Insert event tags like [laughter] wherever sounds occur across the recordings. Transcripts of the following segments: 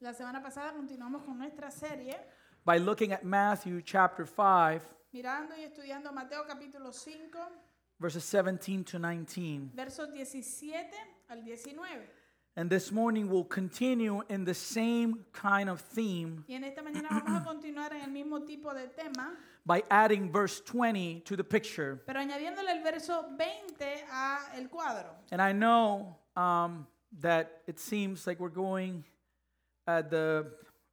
La semana pasada continuamos con nuestra serie by looking at Matthew chapter 5, mirando y estudiando Mateo capítulo 5, verses 17 to 19. versos 17 al 19. And this morning we'll continue in the same kind of theme Y en esta mañana vamos a continuar en el mismo tipo de tema, by adding verse 20 to the picture. pero añadiéndole el verso 20 a el cuadro. And I know um, that it seems like we're going at the,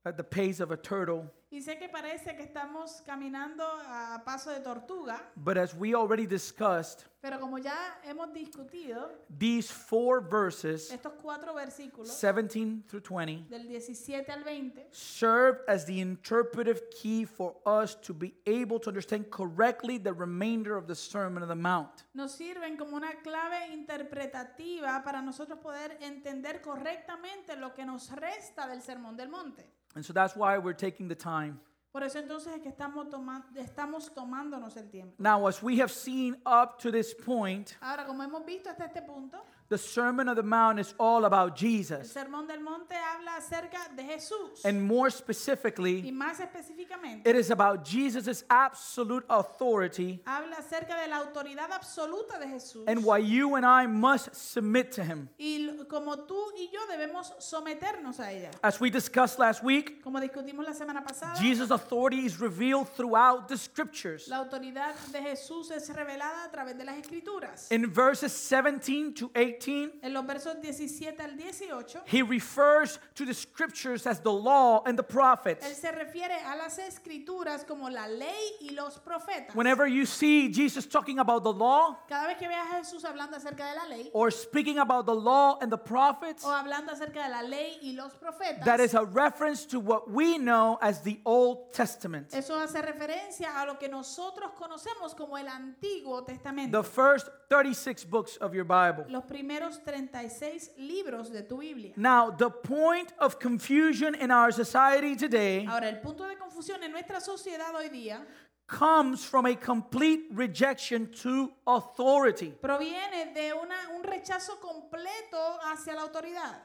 at the pace of a turtle, Y sé que parece que estamos caminando a paso de tortuga, but as we already discussed, pero como ya hemos discutido, these four verses, estos cuatro versículos 17 through 20, del 17 al 20 serve as the interpretive key for us to be able to understand correctly the remainder of the Sermon on the Mount. nos sirven como una clave interpretativa para nosotros poder entender correctamente lo que nos resta del Sermón del Monte. And so that's why we're taking the time. Por eso entonces es que estamos, toma- estamos tomándonos el tiempo. Now, as we have seen up to this point, Ahora, como hemos visto hasta este punto, the Sermon on the Mount is all about el Jesus. Sermón del Monte habla acerca de Jesús. And more Y specifically, más específicamente, it is about Jesus' absolute authority habla acerca de la autoridad absoluta de Jesús. and why you and I must submit to him. Y lo- como tú y yo debemos someternos a ella. As we discussed last week, Como discutimos la semana pasada, Jesus' authority is revealed throughout the scriptures. la autoridad de Jesús es revelada a través de las Escrituras. In verses 17 to 18, En los versos 17 al 18, he refers to the scriptures as the law and the él prophets. se refiere a las Escrituras como la ley y los profetas. Whenever you see Jesus talking about the law Cada vez que veas a Jesús hablando acerca de la ley or speaking about the law and the prophets, o hablando acerca de la ley y los profetas, Oh. that is a reference to what we know as the Old Testament. eso hace referencia a lo que nosotros conocemos como el Antiguo Testamento. The first 36 books of your Bible. los primeros 36 libros de tu Biblia. Now, the point of confusion in our society today Ahora, el punto de confusión en nuestra sociedad hoy día comes from a complete rejection to authority. proviene de una, un rechazo completo hacia la autoridad.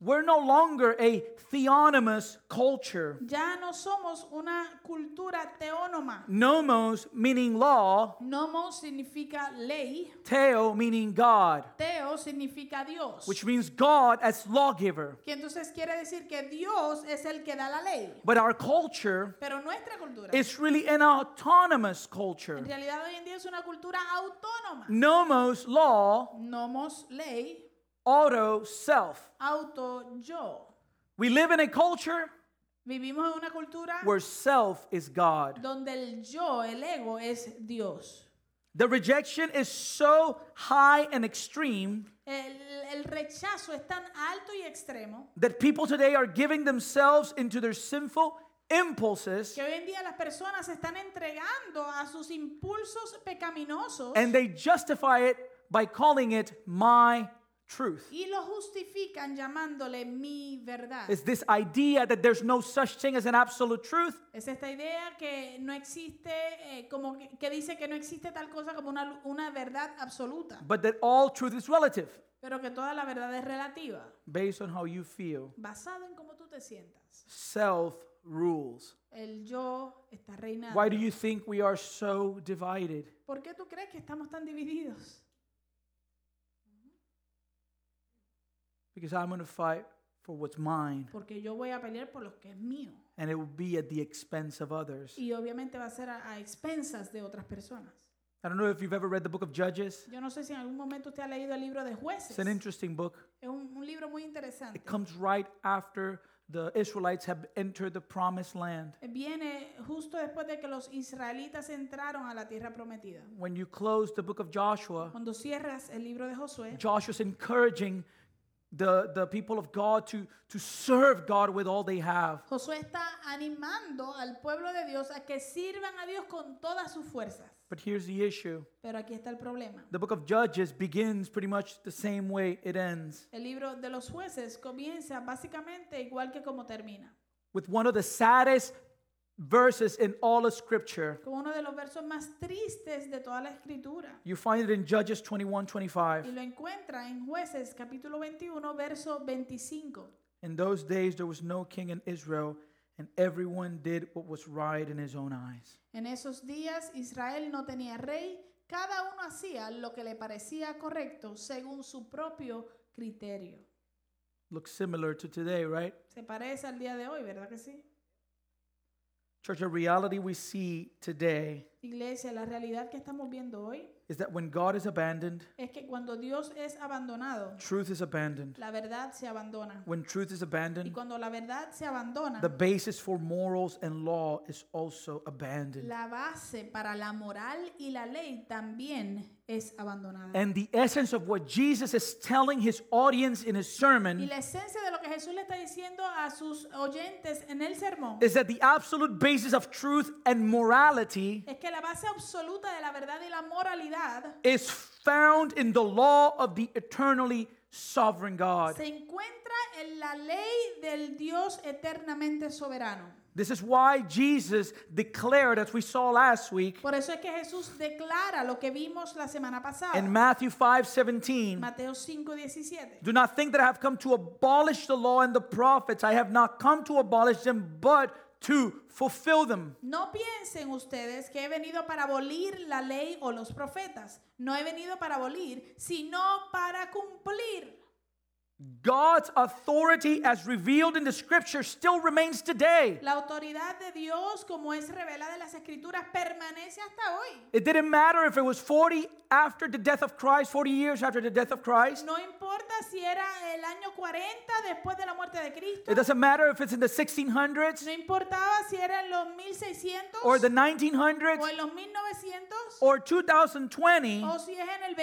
We're no longer a theonomous culture. Ya no somos una cultura teónoma. Nomos meaning law, Nomo significa ley, Teo meaning God, teo significa Dios. which means God as lawgiver. Que entonces quiere decir que Dios es el que da la ley. But our culture Pero nuestra cultura, is really an autonomous culture. en realidad hoy en día es una cultura autónoma. Nomos law, Nomos ley, auto self. auto yo. We live in a culture Vivimos en una cultura where self is God. donde el yo, el ego, es Dios. The rejection is so high and extreme El, el rechazo es tan alto y extremo that people today are giving themselves into their sinful impulses que hoy en día las personas se están entregando a sus impulsos pecaminosos and they justify it by calling it my truth. y lo justifican llamándole mi verdad. It's this idea that there's no such thing as an absolute truth Es esta idea que no existe, eh, como que, que dice que no existe tal cosa como una, una verdad absoluta, but that all truth is relative pero que toda la verdad es relativa, based on how you feel. basada en cómo tú te sientas. Self rules. El yo está reinando. Why do you think we are so divided? ¿Por qué tú crees que estamos tan divididos? Because I'm going to fight for what's mine, Porque yo voy a pelear por lo que es mío. and it will be at the expense of others. Y obviamente va a ser a, a expensas de otras personas. I don't know if you've ever read the book of Judges. Yo no sé si en algún momento usted ha leído el libro de jueces. It's an interesting book. Es un, un libro muy interesante. It comes right after the Israelites have entered the promised land. Viene justo después de que los israelitas entraron a la tierra prometida. When you close the book of Joshua, Cuando cierras el libro de Josué, Joshua's encouraging the, the people of God to, to serve God with all they have. Josué está animando al pueblo de Dios a que sirvan a Dios con todas sus fuerzas. But here's the issue Pero aquí está el problema. the book of Judges begins pretty much the same way it ends, El libro de los jueces comienza básicamente igual que como termina. with one of the saddest verses in all of Scripture. como uno de los versos más tristes de toda la escritura. You find it in Judges 21 25. Y lo encuentra en Jueces capítulo 21, verso 25. In those days, there was no king in Israel, and everyone did what was right in his own eyes. En esos días Israel no tenía rey, cada uno hacía lo que le parecía correcto según su propio criterio. Looks similar to today, right? Se parece al día de hoy, ¿verdad que sí? Church, a reality we see today Iglesia, la realidad que estamos viendo hoy is that when God is abandoned, es que cuando Dios es abandonado, truth is abandoned. la verdad se abandona. When truth is Y abandoned, cuando la verdad se abandona, the basis for morals and law is also abandoned. la base para la moral y la ley también es abandonada. And the essence of what Jesus is telling his audience in his y sermon la esencia de lo que Jesús le está diciendo a sus oyentes en el sermón is that the absolute basis of truth and morality es que la base absoluta de la verdad y la moralidad is found in the law of the eternally sovereign God. se encuentra en la ley del Dios eternamente soberano. This is why Jesus declared, as we saw last week Por eso es que Jesús declara lo que vimos la semana pasada. in Matthew 5 17, Mateo 5, 17. do not think that I have come to abolish the law and the prophets. I have not come to abolish them, but to fulfill them. No piensen ustedes que he venido para abolir la ley o los profetas. No he venido para abolir, sino para cumplir. God's authority, as revealed in the scripture, still remains today. La autoridad de Dios, como es revelada en las Escrituras, permanece hasta hoy. It didn't matter if it was 40 after the death of Christ, 40 years after the death of Christ. No importa si era el año 40 después de la muerte de Cristo. It doesn't matter if it's in the 1600s No importaba si era en los or the 1600 1900s o en los 1900 or 2020. o si es en el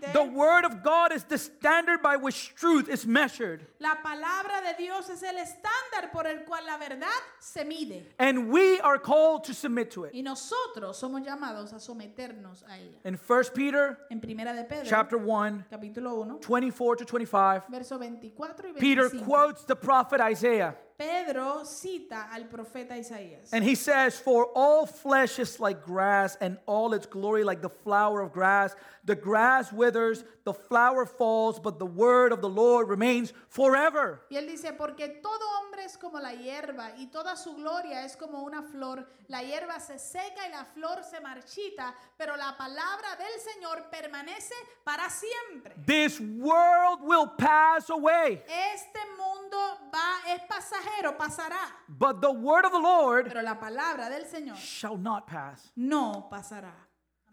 The 2020. word of God is the standard by which truth is measured. La palabra de Dios es el estándar por el cual la verdad se mide. And we are called to submit to it. Y nosotros somos llamados a someternos a ella. In 1 Peter En Primera de Pedro, chapter 1, capítulo 1, 24 to 25, verso 24 y Peter 25. quotes the prophet Isaiah. Pedro cita al profeta Isaías. And he says, For all flesh is like grass, and all its glory like the flower of grass. The grass withers, the flower falls, but the word of the Lord remains forever. Y él dice, porque todo hombre es como la hierba y toda su gloria es como una flor. La hierba se seca y la flor se marchita, pero la palabra del Señor permanece para siempre. This world will pass away, Este mundo va, es pasajero, pasará, but the word of the Lord pero la palabra del Señor shall not pass. no pasará.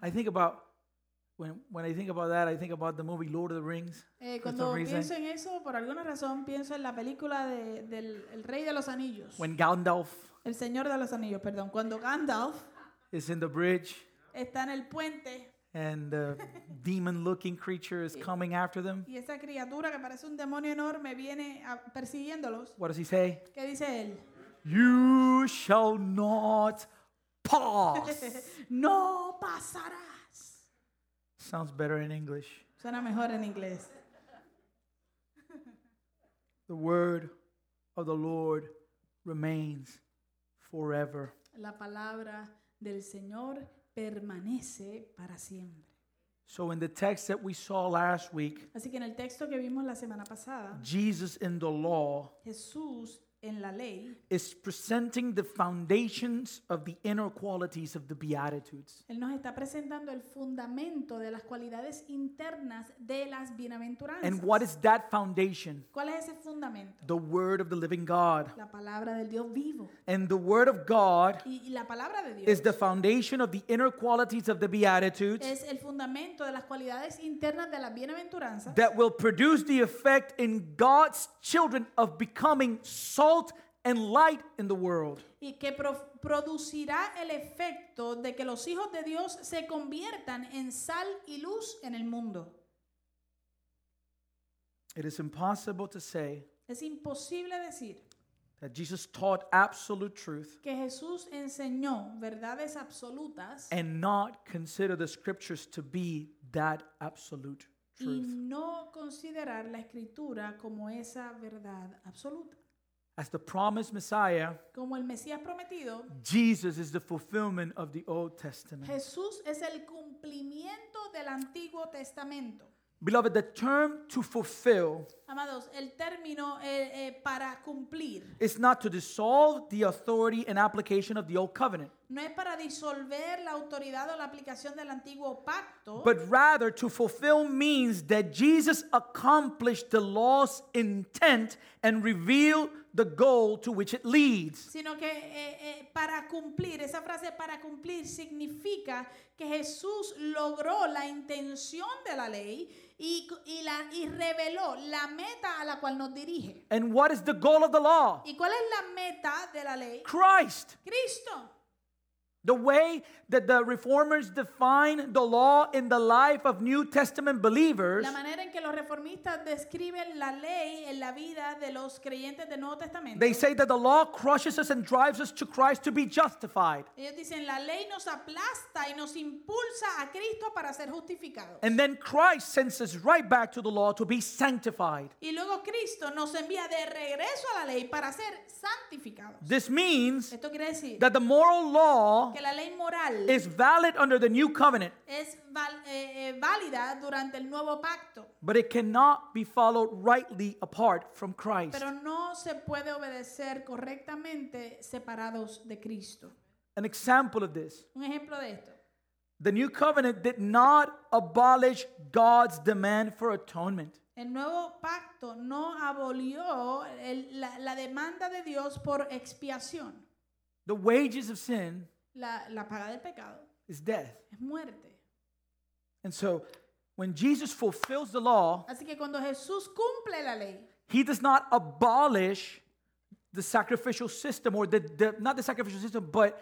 I think about when when I think about that, I think about the movie Lord of the Rings. Eh, for cuando some reason, pienso en eso, por alguna razón pienso en la película de- del el Rey de los Anillos. when Gandalf El Señor de los Anillos, perdón. Cuando Gandalf is in the bridge está en el puente and the demon-looking creature is coming after them. Y esa criatura que parece un demonio enorme viene a- persiguiéndolos. What does he say? ¿Qué dice él? [laughs] You shall not [laughs] pass. no pasarás. Sounds better in English. Suena mejor en inglés. The word of the Lord remains forever. La palabra del Señor permanece para siempre. So in the text that we saw last week, Así que en el texto que vimos la semana pasada, Jesus in the law Jesús en la ley, is presenting the foundations of the inner qualities of the Beatitudes. Él nos está presentando el fundamento de las cualidades internas de las And what bienaventuranzas. is that foundation? ¿Cuál es ese fundamento? The Word of the Living God. La palabra del Dios vivo. And the Word of God Y, y la palabra de Dios. is the foundation of the inner qualities of the Beatitudes es el fundamento de las cualidades internas de la bienaventuranza that will produce the effect in God's children of becoming salt and light in the world. y que pro- producirá el efecto de que los hijos de Dios se conviertan en sal y luz en el mundo. It is impossible to say Es imposible decir that Jesus taught absolute truth que Jesús enseñó verdades absolutas and not consider the scriptures to be that absolute y truth. no considerar la escritura como esa verdad absoluta. As the promised Messiah, Como el Mesías prometido, Jesus is the fulfillment of the Old Testament. Jesús es el cumplimiento del Antiguo Testamento. Beloved, the term to fulfill Amados, el término eh, eh, para cumplir is not to dissolve the authority and application of the old covenant, no es para disolver la autoridad o la aplicación del antiguo pacto, but rather to fulfill means that Jesus accomplished the law's intent and revealed the goal to which it leads. sino que eh, eh, para cumplir, esa frase para cumplir significa que Jesús logró la intención de la ley y, y la, y reveló la meta a la cual nos dirige. And what is the goal of the law? ¿Y cuál es la meta de la ley? Christ. Cristo. The way that the reformers define the law in the life of New Testament believers La manera en que los reformistas describen la ley en la vida de los creyentes del Nuevo Testamento. They say that the law crushes us and drives us to Christ to be justified. Ellos dicen, la ley nos aplasta y nos impulsa a Cristo para ser justificados. And then Christ sends us right back to the law to be sanctified. Y luego Cristo nos envía de regreso a la ley para ser santificados. This means Esto quiere decir that the moral law que la ley moral is valid under the new covenant, es val- eh, eh, válida durante el nuevo pacto, but it cannot be followed rightly apart from Christ. pero no se puede obedecer correctamente separados de Cristo. An example of this Un ejemplo de esto. the new covenant did not abolish God's demand for atonement. El nuevo pacto no abolió el- la, la demanda de Dios por expiación. The wages of sin La, la paga del pecado is death. es muerte. And so when Jesus fulfills the law, Así que cuando Jesús cumple la ley, He does not abolish the sacrificial system or the, the not the sacrificial system, but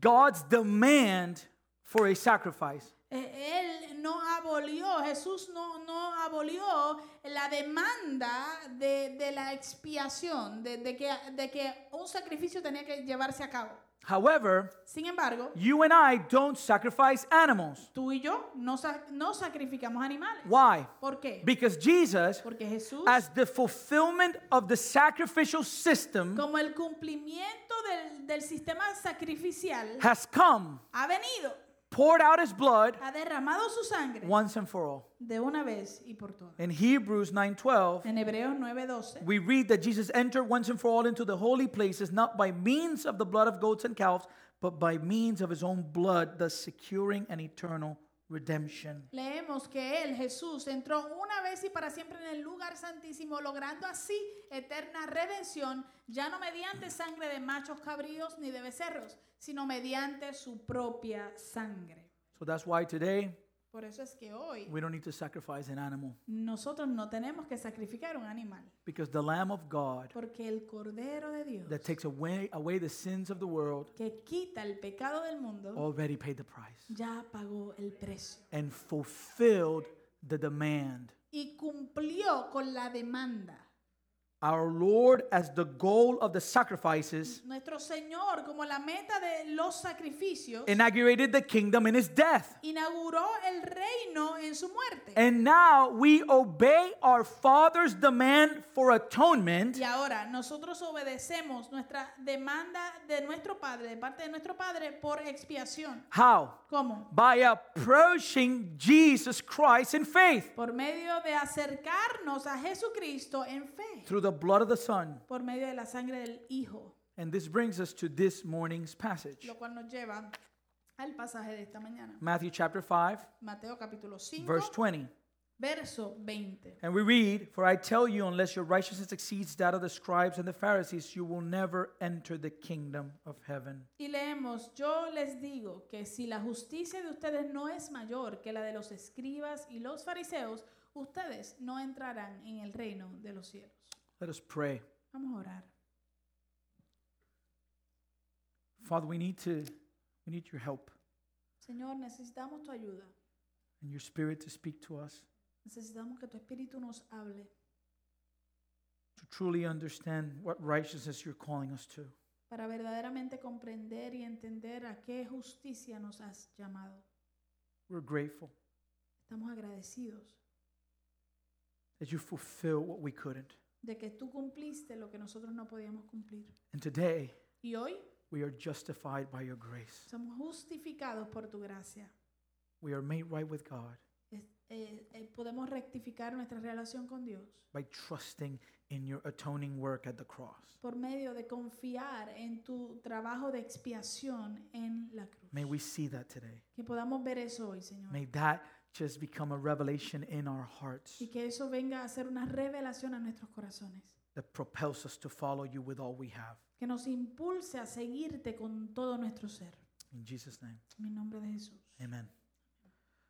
God's demand for a sacrifice. eh, Él no abolió, Jesús no, no abolió la demanda de, de la expiación, de, de que, de que un sacrificio tenía que llevarse a cabo. However, Sin embargo, you and I don't sacrifice animals. tú y yo no, sa- no sacrificamos animales. Why? ¿Por qué? Because Jesus, Porque Jesús... as the fulfillment of the sacrificial system, como el cumplimiento del, del sistema sacrificial has come, ha venido, poured out his blood ha derramado su sangre once and for all. de una vez y por todas. In Hebrews 9:12, En Hebreos 9:12 we read that Jesus entered once and for all into the holy places, not by means of the blood of goats and calves, but by means of his own blood, thus securing an eternal redemption. leemos que él, Jesús, entró una vez y para siempre en el lugar santísimo, logrando así eterna redención, ya no mediante sangre de machos cabríos ni de becerros, sino mediante su propia sangre. So that's why today Por eso es que hoy we don't need to sacrifice an animal nosotros no tenemos que sacrificar un animal, because the Lamb of God porque el Cordero de Dios that takes away, away the sins of the world que quita el pecado del mundo, already paid the price ya pagó el precio and fulfilled the demand. y cumplió con la demanda. Our Lord, as the goal of the sacrifices, Nuestro Señor, como la meta de los sacrificios, inaugurated the kingdom in his death. inauguró el reino en su muerte. And now we obey our Father's demand for atonement Y ahora nosotros obedecemos nuestra demanda de nuestro Padre, de parte de nuestro Padre, por expiación. how? ¿Cómo? By approaching Jesus Christ in faith Por medio de acercarnos a Jesucristo en fe, through the blood of the Son. por medio de la sangre del Hijo, And this brings us to this morning's passage lo cual nos lleva al pasaje de esta mañana. Matthew chapter 5, Mateo capítulo 5, verse 20. verso 20. And we read, For I tell you, unless your righteousness exceeds that of the scribes and the Pharisees, you will never enter the kingdom of heaven. Y leemos, yo les digo que si la justicia de ustedes no es mayor que la de los escribas y los fariseos, ustedes no entrarán en el reino de los cielos. Let us pray. Vamos a orar. Father, we need to we need your help Señor, necesitamos tu ayuda. and your spirit to speak to us. Necesitamos que tu espíritu nos hable to truly understand what righteousness you're calling us to. para verdaderamente comprender y entender a qué justicia nos has llamado. We're grateful Estamos agradecidos that you fulfill what we couldn't. de que tú cumpliste lo que nosotros no podíamos cumplir. And today, Y hoy we are justified by your grace. somos justificados por tu gracia. We are made right with God Es- eh, eh, podemos rectificar nuestra relación con Dios by trusting in your atoning work at the cross. por medio de confiar en tu trabajo de expiación en la cruz. May we see that today. Que podamos ver eso hoy, Señor. May that just become a revelation in our hearts Y que eso venga a ser una revelación a nuestros corazones. that propels us to follow you with all we have. Que nos impulse a seguirte con todo nuestro ser. In Jesus' name, En el nombre de Jesús. amen.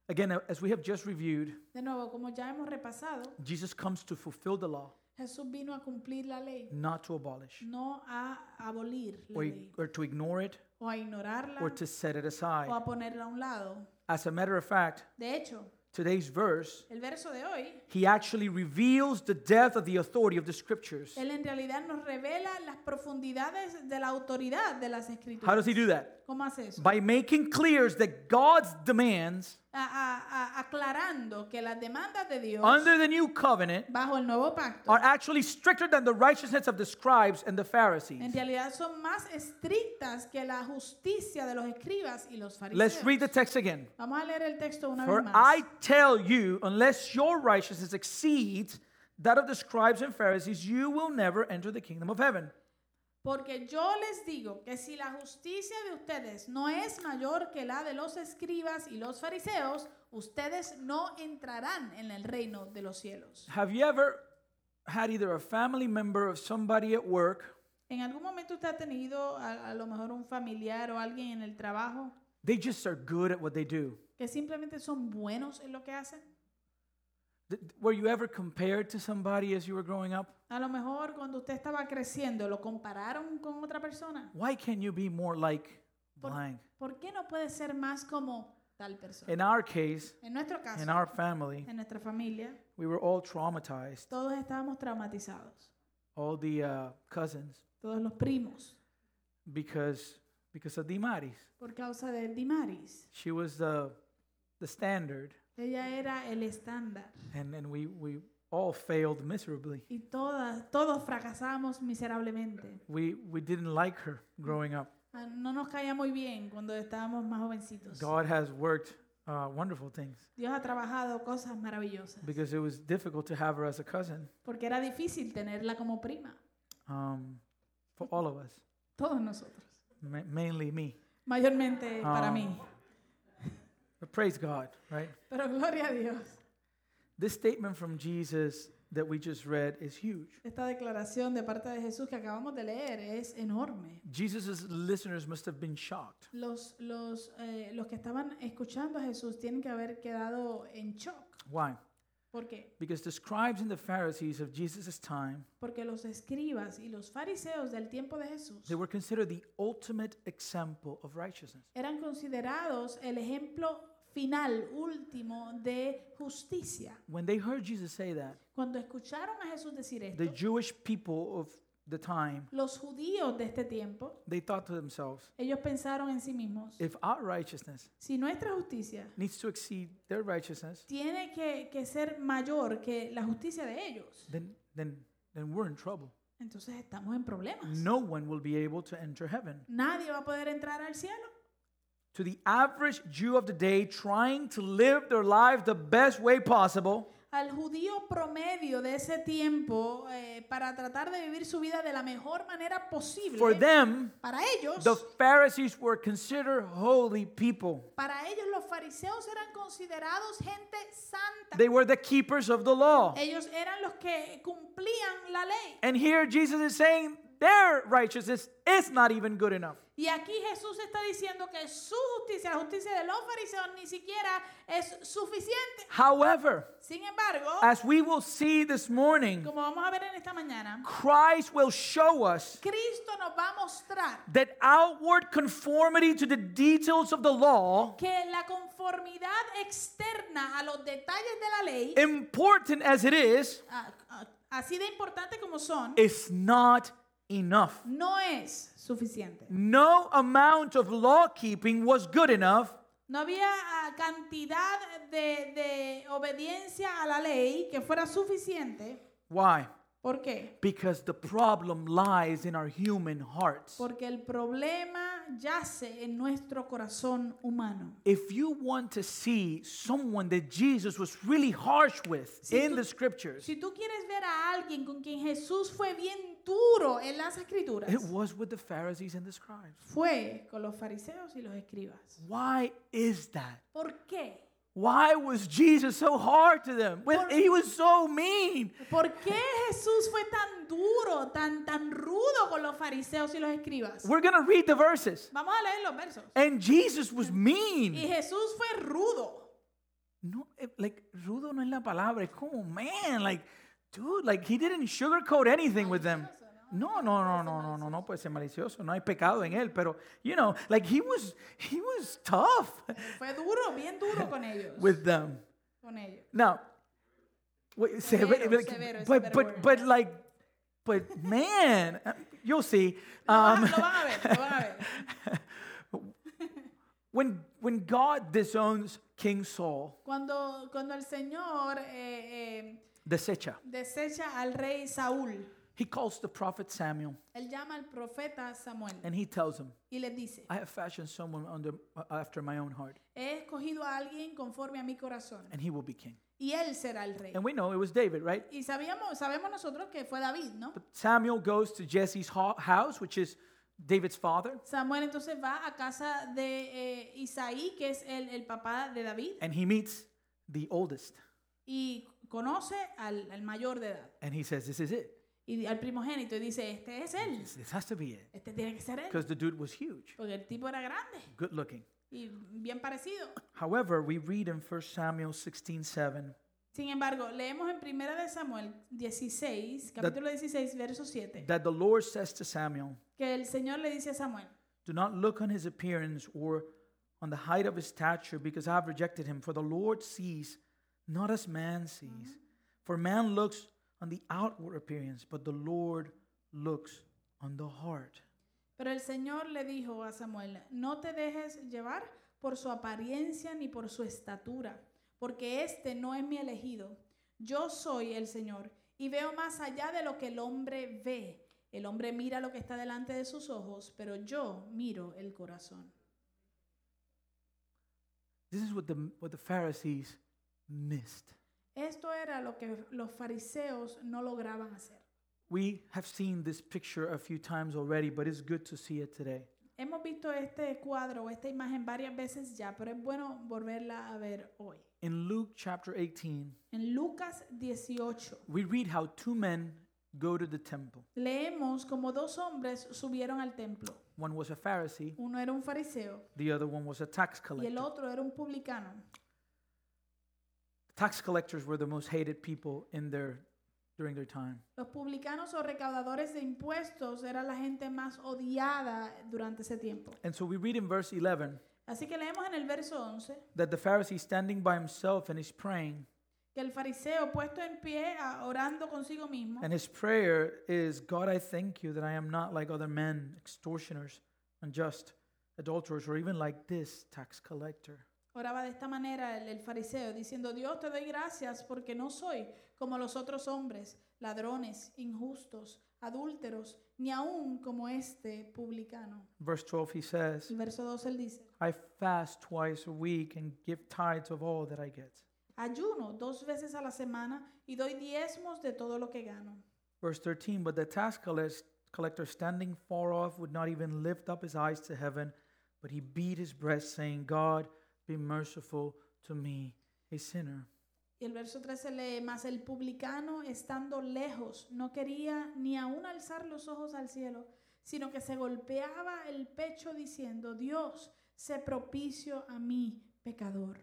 Again, as we have just reviewed, De nuevo, como ya hemos repasado, Jesus comes to fulfill the law, Jesús vino a cumplir la ley, not to abolish no a abolir la or, ley, or to ignore it o a ignorarla, or to set it o aside. a ponerla a un lado. As a matter of fact, De hecho, today's verse, el verso de hoy, he actually reveals the depth of the authority of the scriptures. él en realidad nos revela las profundidades de la autoridad de las How does escrituras. he do that? ¿Cómo hace eso? By making clear that God's demands A- a- a- aclarando que las demandas de Dios under the new covenant bajo el nuevo pacto are actually stricter than the righteousness of the scribes and the Pharisees. en realidad son más estrictas que la justicia de los escribas y los Let's read the fariseos. text again. Vamos a leer el texto una vez For más. I tell you, unless your righteousness exceeds that of the scribes and Pharisees, you will never enter the kingdom of heaven. Porque yo les digo que si la justicia de ustedes no es mayor que la de los escribas y los fariseos, ustedes no entrarán en el reino de los cielos. Have you ever had either a family member of somebody at work ¿En algún momento usted ha tenido a, a lo mejor un familiar o alguien en el trabajo they just are good at what they do? que simplemente son buenos en lo que hacen? Th- Were you ever compared to somebody as you were growing up? A lo mejor cuando usted estaba creciendo lo compararon con otra persona. Why can't you be more like Por- blank? ¿Por qué no puede ser más como tal persona? In our case, En nuestro caso, in our family, en nuestra familia, we were all traumatized. todos estábamos traumatizados, All the uh, cousins todos los primos, because because of Dimaris. por causa de Dimaris. She was the the standard, Ella era el estándar and and we we all failed miserably. y todas, todos fracasamos miserablemente. We we didn't like her growing up. Ah, No nos caía muy bien cuando estábamos más jovencitos. God has worked uh, wonderful things Dios ha trabajado cosas maravillosas because it was difficult to have her as a cousin porque era difícil tenerla como prima, um, for all of us, todos nosotros, ma- mainly me. mayormente para Ah. mí. But praise God, right? Pero gloria a Dios. This statement from Jesus that we just read is huge. Esta declaración de parte de Jesús que acabamos de leer es enorme. Jesus' listeners must have been shocked. Los, los, eh, los que estaban escuchando a Jesús tienen que haber quedado en shock. Why? ¿Por qué? Because the scribes and the Pharisees of Jesus' time, Porque los escribas y los fariseos del tiempo de Jesús they were considered the ultimate example of righteousness. eran considerados el ejemplo final, último de justicia. When they heard Jesus say that, Cuando escucharon a Jesús decir esto, the Jewish people of the time, los judíos de este tiempo, they thought to themselves, ellos pensaron en sí mismos, if our righteousness si nuestra justicia needs to exceed their righteousness, tiene que, que ser mayor que la justicia de ellos, then then then we're in trouble. entonces estamos en problemas. No one will be able to enter heaven. Nadie va a poder entrar al cielo. To the average Jew of the day trying to live their life the best way possible, Al judío promedio de ese tiempo, eh, para tratar de vivir su vida de la mejor manera posible, for them para ellos, The Pharisees were considered holy people. para ellos los fariseos eran considerados gente santa. They were the keepers of the law. ellos eran los que cumplían la ley. And here Jesus is saying their righteousness is not even good enough. Y aquí Jesús está diciendo que su justicia, la justicia de los fariseos, ni siquiera es suficiente. However, Sin embargo, as we will see this morning, como vamos a ver en esta mañana, Christ will show us Cristo nos va a mostrar that outward conformity to the details of the law, que la conformidad externa a los detalles de la ley important as it is, a- a- así de importante como son, is not enough. no es suficiente. No amount of law keeping was good enough No había ah, cantidad de, de obediencia a la ley que fuera suficiente. Why? ¿Por qué? Because the problem lies in our human hearts. Porque el problema yace en nuestro corazón humano. If you want to see someone that Jesus was really harsh with Si in tú- the scriptures, Si tú quieres ver a alguien con quien Jesús fue bien duro en las escrituras, it was with the Pharisees and the scribes. fue con los fariseos y los escribas. Why is that? ¿Por qué? Why was Jesus so hard to them? When Por- he was so mean. ¿Por qué Jesús fue tan duro, tan tan rudo con los fariseos y los escribas? We're going to read the verses. Vamos a leer los versos. And Jesus was Y mean. Jesús fue rudo. No, eh, like rudo no es la palabra. Es como man, like dude, like he didn't sugarcoat anything with them. No, no, no, no, no, no, no puede ser malicioso. No hay pecado en él, pero you know, like he was he was tough Fue duro, bien duro con ellos. with them. Con ellos. Now, wait, severo, Severo, like, severo is a but better but word. but like but man, uh, you'll see. Lo van, Um, a- lo van a ver, lo van a ver. when when God disowns King Saul, Cuando, cuando el Señor eh, eh, desecha. desecha al rey Saúl, He calls the prophet Samuel él llama al profeta Samuel and he tells him, y le dice, I have fashioned someone under, uh, after my own heart, he escogido a alguien conforme a mi corazón and he will be king. y él será el rey. And we know it was David, right? Y sabíamos, sabemos nosotros que fue David, ¿no? But Samuel goes to Jesse's ho- house, which is David's father, Samuel entonces va a casa de eh, Isaí, que es el, el papá de David, and he meets the oldest. y conoce al, al mayor de edad, And he says, This is it. y al primogénito, y dice, este es él, This, this has to be it. este tiene que ser él, Because the dude was huge, porque el tipo era grande good looking. y bien parecido. However, we read in 1 Samuel 16 7 Sin embargo, leemos en Primera de Samuel 16, capítulo 16, verso 7, that the Lord says to Samuel, que el Señor le dice a Samuel, Do not look on his appearance or on the height of his stature, because I have rejected him. For the Lord sees not as man sees. For man looks on the outward appearance, but the Lord looks on the heart. pero el Señor le dijo a Samuel, no te dejes llevar por su apariencia ni por su estatura, porque este no es mi elegido. Yo soy el Señor y veo más allá de lo que el hombre ve. El hombre mira lo que está delante de sus ojos, pero yo miro el corazón. This is what the, what the Pharisees missed. Esto era lo que los fariseos no lograban hacer. We have seen this picture a few times already, but it's good to see it today. Hemos visto este cuadro o esta imagen varias veces ya, pero es bueno volverla a ver hoy. In Luke chapter 18, En Lucas 18 we read how two men go to the temple. leemos como dos hombres subieron al templo. One was a Pharisee, Uno era un fariseo the other one was a tax y el collector. otro era un publicano. Tax collectors were the most hated people in their during their time. Los publicanos o recaudadores de impuestos eran la gente más odiada durante ese tiempo. And so we read in verse 11 Así que leemos en el verso 11 that the Pharisee standing by himself and is praying, que el fariseo puesto en pie a- orando consigo mismo and his prayer is, "God, I thank you that I am not like other men, extortioners, unjust, adulterers, or even like this tax collector." Oraba de esta manera el, el fariseo, diciendo, Dios te doy gracias porque no soy como los otros hombres, ladrones, injustos, adúlteros, ni aún como este publicano. Verse 12 he says, El verso 12 él dice, "I fast twice a week and give tithes of all that I get." ayuno dos veces a la semana y doy diezmos de todo lo que gano. Verse 13, but the tax collec- collector standing far off would not even lift up his eyes to heaven, but he beat his breast, saying, God, be merciful to me, a sinner. Y el verso 13 lee, mas el publicano estando lejos no quería ni aún alzar los ojos al cielo, sino que se golpeaba el pecho diciendo, Dios, sé propicio a mí, pecador.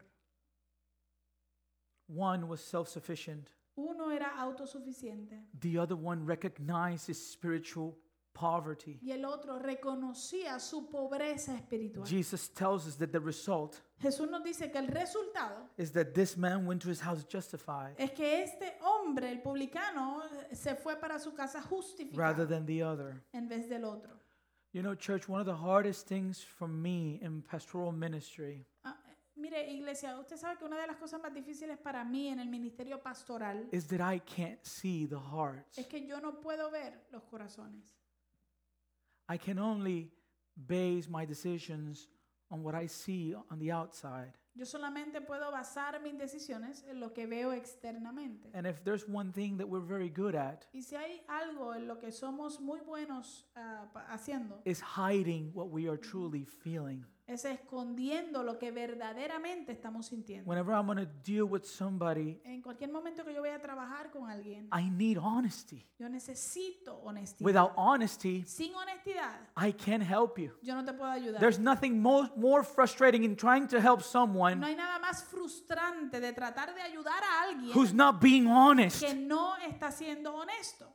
One was self sufficient, Uno era autosuficiente the other one recognized his spiritual poverty. y el otro reconocía su pobreza espiritual. Jesus tells us that the result Jesús nos dice que el resultado is that this man went to his house justified es que este hombre, el publicano, se fue para su casa rather justificado than the other. en vez del otro. You know, church, one of the hardest things for me in pastoral ministry Ah, eh, mira, Mire, iglesia, usted sabe que una de las cosas más difíciles para mí en el ministerio pastoral is that I can't see the hearts. es que yo no puedo ver los corazones. I can only base my decisions on what I see on the outside. Yo solamente puedo basar mis decisiones en lo que veo externamente. And if there's one thing that we're very good at, Y si hay algo en lo que somos muy buenos ah, pa- haciendo, is hiding what we are truly feeling. es escondiendo lo que verdaderamente estamos sintiendo. Whenever I'm going to deal with somebody, En cualquier momento que yo vaya a trabajar con alguien, I need honesty. yo necesito honestidad. Without honesty, Sin honestidad, I can't help you. yo no te puedo ayudar. There's nothing mo- more frustrating in trying to help no someone hay nada más frustrante de tratar de ayudar a alguien who's not being honest. que no está siendo honesto.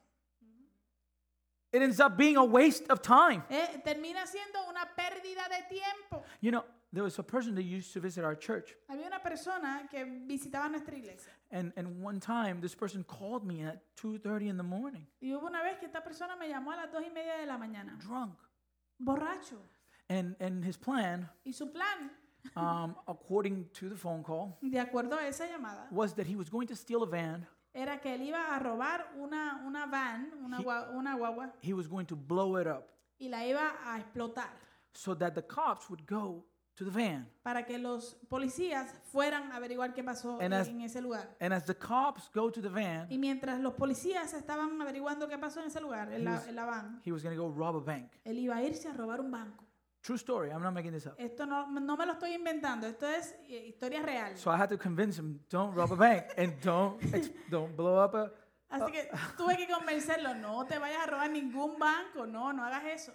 It ends up being a waste of time. Eh, termina siendo una pérdida de tiempo. You know, there was a person that used to visit our church. Había una persona que visitaba nuestra iglesia And, and one time, this person called me at 2.30 in the morning, y hubo una vez que esta persona me llamó a las dos y media de la mañana, drunk. borracho. And, and his plan, [laughs] Y su plan, um, according to the phone call, de acuerdo a esa llamada, was that he was going to steal a van, era que él iba a robar una, una van, una, He- gua- una guagua, he was going to blow it up y la iba a explotar so that the cops would go to the van. para que los policías fueran a averiguar qué pasó en- And as- en ese lugar. And as the cops go to the van, Y mientras los policías estaban averiguando qué pasó en ese lugar, en la, He was- en la van, he was going to go rob a bank. él iba a irse a robar un banco. True story. I'm not making this up. Esto no, no me lo estoy inventando, esto es eh, historia real. So I had to convince him, don't rob a bank [laughs] and don't ex- don't blow up a. Así que uh, [laughs] tuve que convencerlo, no te vayas a robar ningún banco, no, no hagas eso.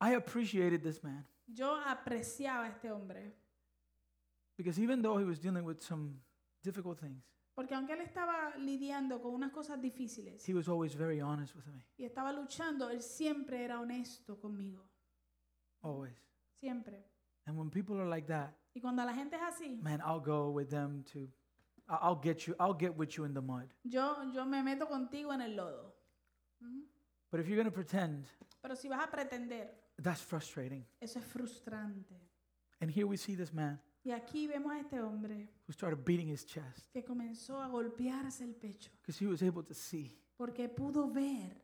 I appreciated this man Yo apreciaba a este hombre, because even though he was dealing with some difficult things, porque aunque él estaba lidiando con unas cosas difíciles he was always very honest with me. y estaba luchando, él siempre era honesto conmigo, Always. siempre. And when people are like that, Y cuando la gente es así, man, I'll go with them to. I- I'll get you. I'll get with you in the mud. yo, yo me meto contigo en el lodo. Ujú. But if you're gonna pretend, Pero si vas a pretender, that's frustrating. Eso es frustrante. And here we see this man Y aquí vemos a este hombre who started beating his chest que comenzó a golpearse el pecho because he was able to see porque pudo ver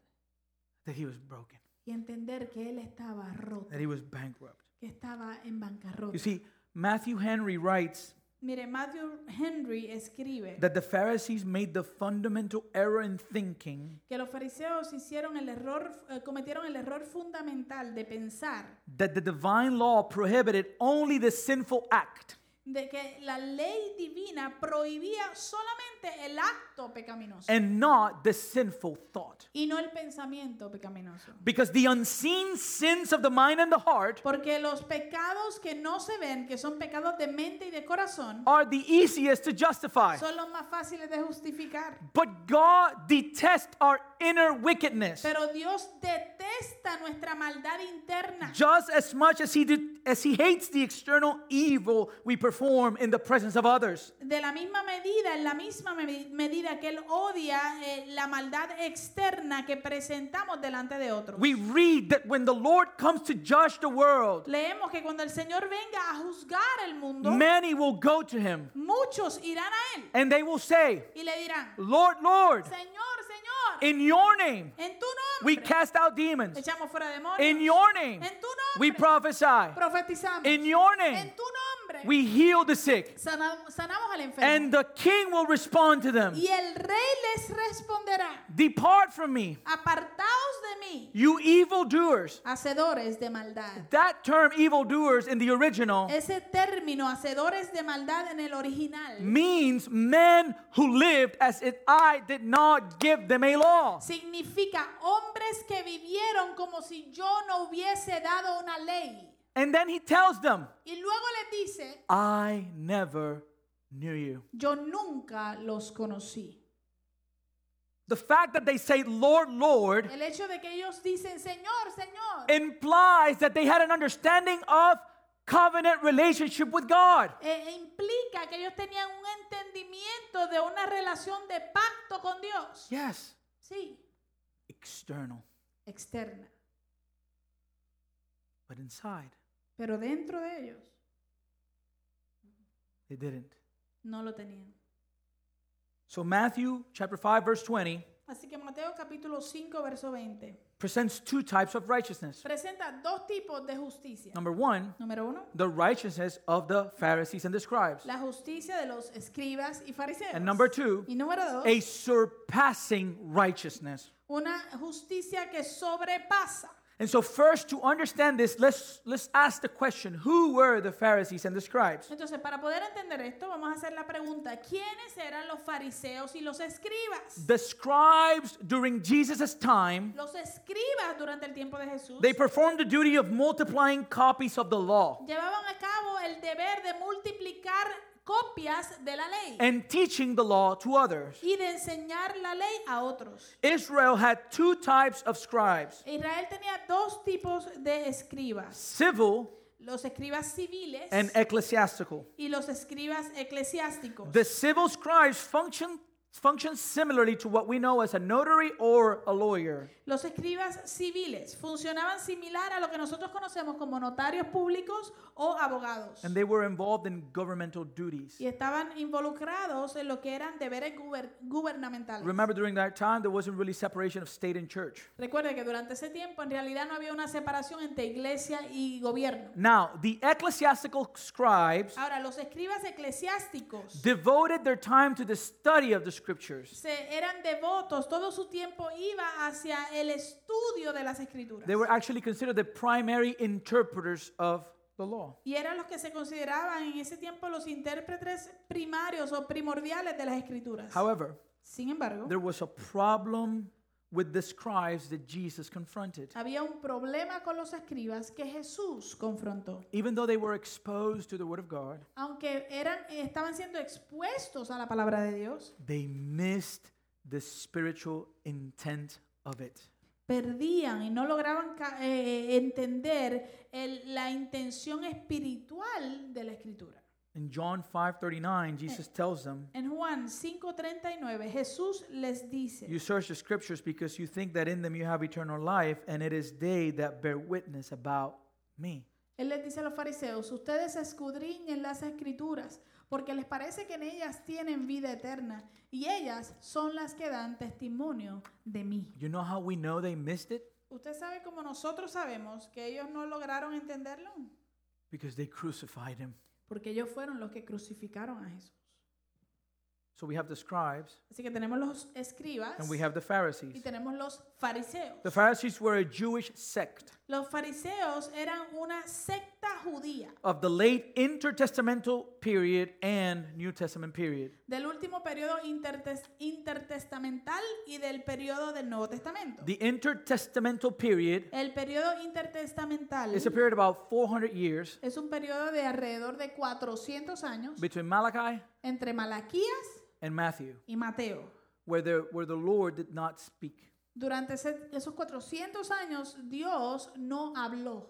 that he was broken, y entender que él estaba roto, that he was bankrupt. que estaba en You bancarrota. see, Matthew Henry writes Mire, Matthew Henry escribe that the Pharisees made the fundamental error in thinking que los fariseos hicieron el error, eh, cometieron el error fundamental de pensar that the divine law prohibited only the sinful act, de que la ley divina prohibía solamente el acto pecaminoso and not the sinful thought. y no el pensamiento pecaminoso. Because the unseen sins of the mind and the heart Porque los pecados que no se ven, que son pecados de mente y de corazón, are the easiest to justify. son los más fáciles de justificar. But God detests our inner wickedness Pero Dios detesta nuestra maldad interna, just as much as he, did, as he hates the external evil we perform in the presence of others. de la misma medida, en la misma me- medida que Él odia eh, la maldad externa que presentamos delante de otros. We read that when the Lord comes to judge the world, Leemos que cuando el Señor venga a juzgar el mundo, many will go to him muchos irán a Él and they will say, y le dirán, Lord, Lord, Señor, Señor, in your name en tu we nombre cast out demons. echamos fuera In demonios, your name en tu we nombre prophesy. profetizamos. In your name En tu nombre we heal the sick. sana- sanamos al enfermo. And the king will respond to them y el rey les responderá, Depart from me, apartaos de mí, you evildoers. hacedores de maldad. That term, evildoers, in the original Ese término, hacedores de maldad en el original, means men who lived as if I did not give them a law. significa hombres que vivieron como si yo no hubiese dado una ley. And then he tells them, Y luego les dice, I never knew you. yo nunca los conocí. The fact that they say, Lord, Lord, El hecho de que ellos dicen, Señor, Señor, implies that they had an understanding of covenant relationship with God. eh, implica que ellos tenían un entendimiento de una relación de pacto con Dios. Yes, Sí, external, externa. but inside, Pero dentro de ellos They didn't. No lo tenían. So Matthew chapter 5 verse 20 Así que Mateo capítulo 5, verso 20 presents two types of righteousness. presenta dos tipos de justicia. Number 1, Número uno, the righteousness of the Pharisees and the scribes. la justicia de los escribas y fariseos. And number 2, y número dos, a surpassing righteousness. una justicia que sobrepasa. And so first to understand this, let's let's ask the question, who were the Pharisees and the scribes? Entonces, para poder entender esto, vamos a hacer la pregunta, ¿quiénes eran los fariseos y los escribas? The scribes during Jesus' time, Los escribas durante el tiempo de Jesús they performed the duty of multiplying copies of the law llevaban a cabo el deber de multiplicar copias de la ley and teaching the law to others. y de enseñar la ley a otros. Israel had two types of scribes Israel tenía dos tipos de escribas, civil los escribas civiles and ecclesiastical. y los escribas eclesiásticos. The civil scribes function, function similarly to what we know as a notary or a lawyer. Los escribas civiles funcionaban similar a lo que nosotros conocemos como notarios públicos o abogados. And they were involved in governmental duties. y estaban involucrados en lo que eran deberes guber- gubernamentales. Remember, during that time, there wasn't really separation of state and church. Recuerde que durante ese tiempo en realidad no había una separación entre iglesia y gobierno. Now, the ecclesiastical scribes Ahora, los escribas eclesiásticos devoted their time to the study of the scriptures. se, eran devotos, todo su tiempo iba hacia el estudio de las escrituras. They were actually considered the primary interpreters of the law. Y eran los que se consideraban en ese tiempo los intérpretes primarios o primordiales de las escrituras. However, Sin embargo, there was a problem with the scribes that Jesus confronted. había un problema con los escribas que Jesús confrontó. Even though they were exposed to the Word of God, Aunque eran, estaban siendo expuestos a la palabra de Dios, they missed the spiritual intent of it. perdían y no lograban ca- eh, entender el- la intención espiritual de la escritura. In John 5:39, Jesus tells them, En Juan 5:39 Jesús les "You dice, search the scriptures because you think that in them you have eternal life, and it is they that bear witness about me." Él les dice a los fariseos, ustedes escudriñen las escrituras porque les parece que en ellas tienen vida eterna y ellas son las que dan testimonio de mí. You know how we know they missed it? ¿Usted sabe como nosotros sabemos que ellos no lograron entenderlo? Because they crucified him. Porque ellos fueron los que crucificaron a Jesús. So we have the scribes Así que tenemos los escribas and we have the y Pharisees. tenemos los fariseos. The Pharisees were a Jewish sect Los fariseos eran una secta judía of the late intertestamental period and New Testament period. del último periodo intertes- intertestamental y del periodo del Nuevo Testamento. The intertestamental period El periodo intertestamental It's a period about 400 years es un periodo de alrededor de 400 años between Malachi entre Malaquías and Matthew, y Mateo. where the, where the Lord did not speak. Durante ese- esos 400 años Dios no habló.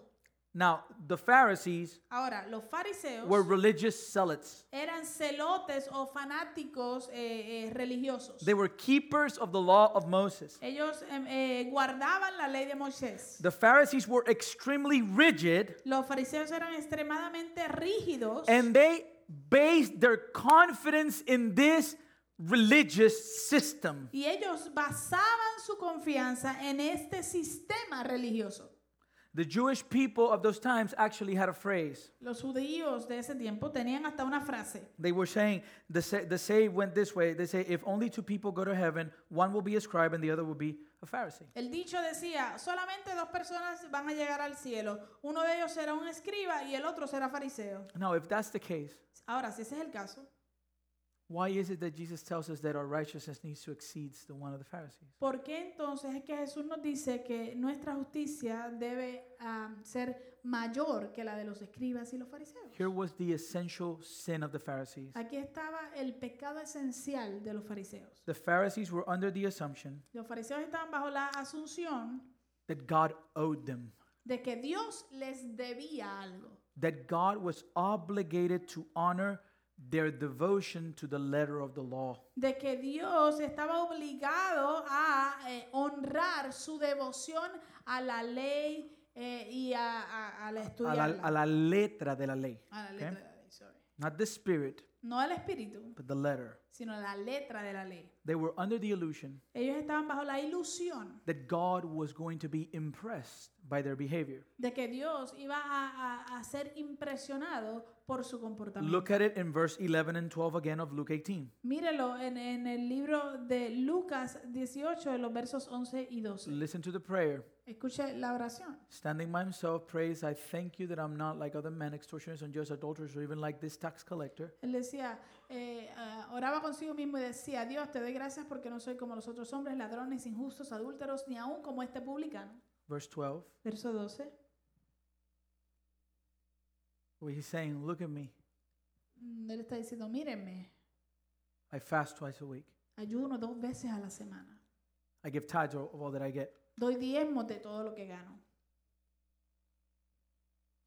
Now, the Pharisees Ahora, los fariseos were religious zealots. eran celotes o fanáticos eh, eh, religiosos. They were keepers of the law of Moses. Ellos em, eh, guardaban la ley de Moisés. The Pharisees were extremely rigid, Los fariseos eran extremadamente rígidos and they based their confidence in this religious system. y ellos basaban su confianza en este sistema religioso. The Jewish people of those times actually had a phrase. Los judíos de ese tiempo tenían hasta una frase. They were saying, the, say, the say went this way. They say, if only two people go to heaven, one will be a scribe and the other will be a Pharisee. El dicho decía, solamente dos personas van a llegar al cielo. Uno de ellos será un escriba y el otro será fariseo. Now, if that's the case, Ahora, si ese es el caso, why is it that Jesus tells us that our righteousness needs to exceed the one of the Pharisees? ¿por qué entonces es que Jesús nos dice que nuestra justicia debe ah, ser mayor que la de los escribas y los fariseos? Here was the essential sin of the Pharisees. Aquí estaba el pecado esencial de los fariseos. The Pharisees were under the assumption Los fariseos estaban bajo la asunción that God owed them, de que Dios les debía algo, that God was obligated to honor their devotion to the letter of the law. de que Dios estaba obligado a eh, honrar su devoción a la ley eh, y a, a, a la A la, estudiarla. a la letra de la ley. A la okay? letra de la ley, sorry. Not the spirit, no el espíritu, but the letter. sino la letra de la ley. They were under the illusion Ellos estaban bajo la ilusión that God was going to be impressed by their behavior. de que Dios iba a, a- a ser impresionado por su comportamiento. Look at it in verse 11 and 12 again of Luke 18. Mírelo en, en el libro de Lucas 18, en los versos 11 y 12. Listen to the prayer. Escuche la oración. Standing by himself, prays, I thank you that I'm not like other men, extortioners, unjust, adulterers, or even like this tax collector. Él decía, eh, ah, oraba consigo mismo y decía, Dios, te doy gracias porque no soy como los otros hombres, ladrones, injustos, adúlteros, ni aún como este publicano. Verse 12, Verso 12. where he's saying, Look at me. Mm, Él está diciendo, mírenme, I fast twice a week. ayuno dos veces a la semana. I give tithes of all that I get. Doy diezmos de todo lo que gano.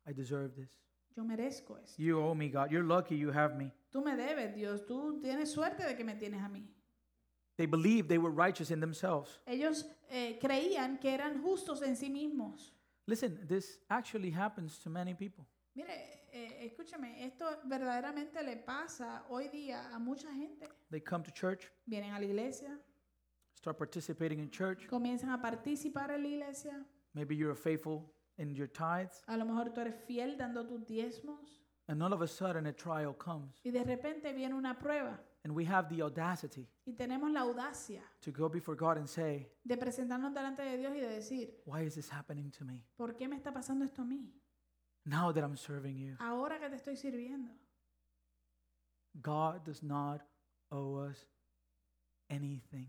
I deserve this. Yo merezco esto. You owe me, God. You're lucky you have me. Tú me debes, Dios. Tú tienes suerte de que me tienes a mí. They believed they were righteous in themselves. Ellos eh, creían que eran justos en sí mismos. Listen, this actually happens to many people. Mire, eh, escúchame, esto verdaderamente le pasa hoy día a mucha gente. They come to church, Vienen a la iglesia, start participating in church. comienzan a participar en la iglesia. Maybe you're faithful in your tithes, A lo mejor tú eres fiel dando tus diezmos and all of a sudden a trial comes. y de repente viene una prueba And we have the audacity y tenemos la audacia to go before God and say, de presentarnos delante de Dios y de decir, Why is this happening to me? ¿por qué me está pasando esto a mí? Now that I'm serving you, Ahora que te estoy sirviendo. God does not owe us anything.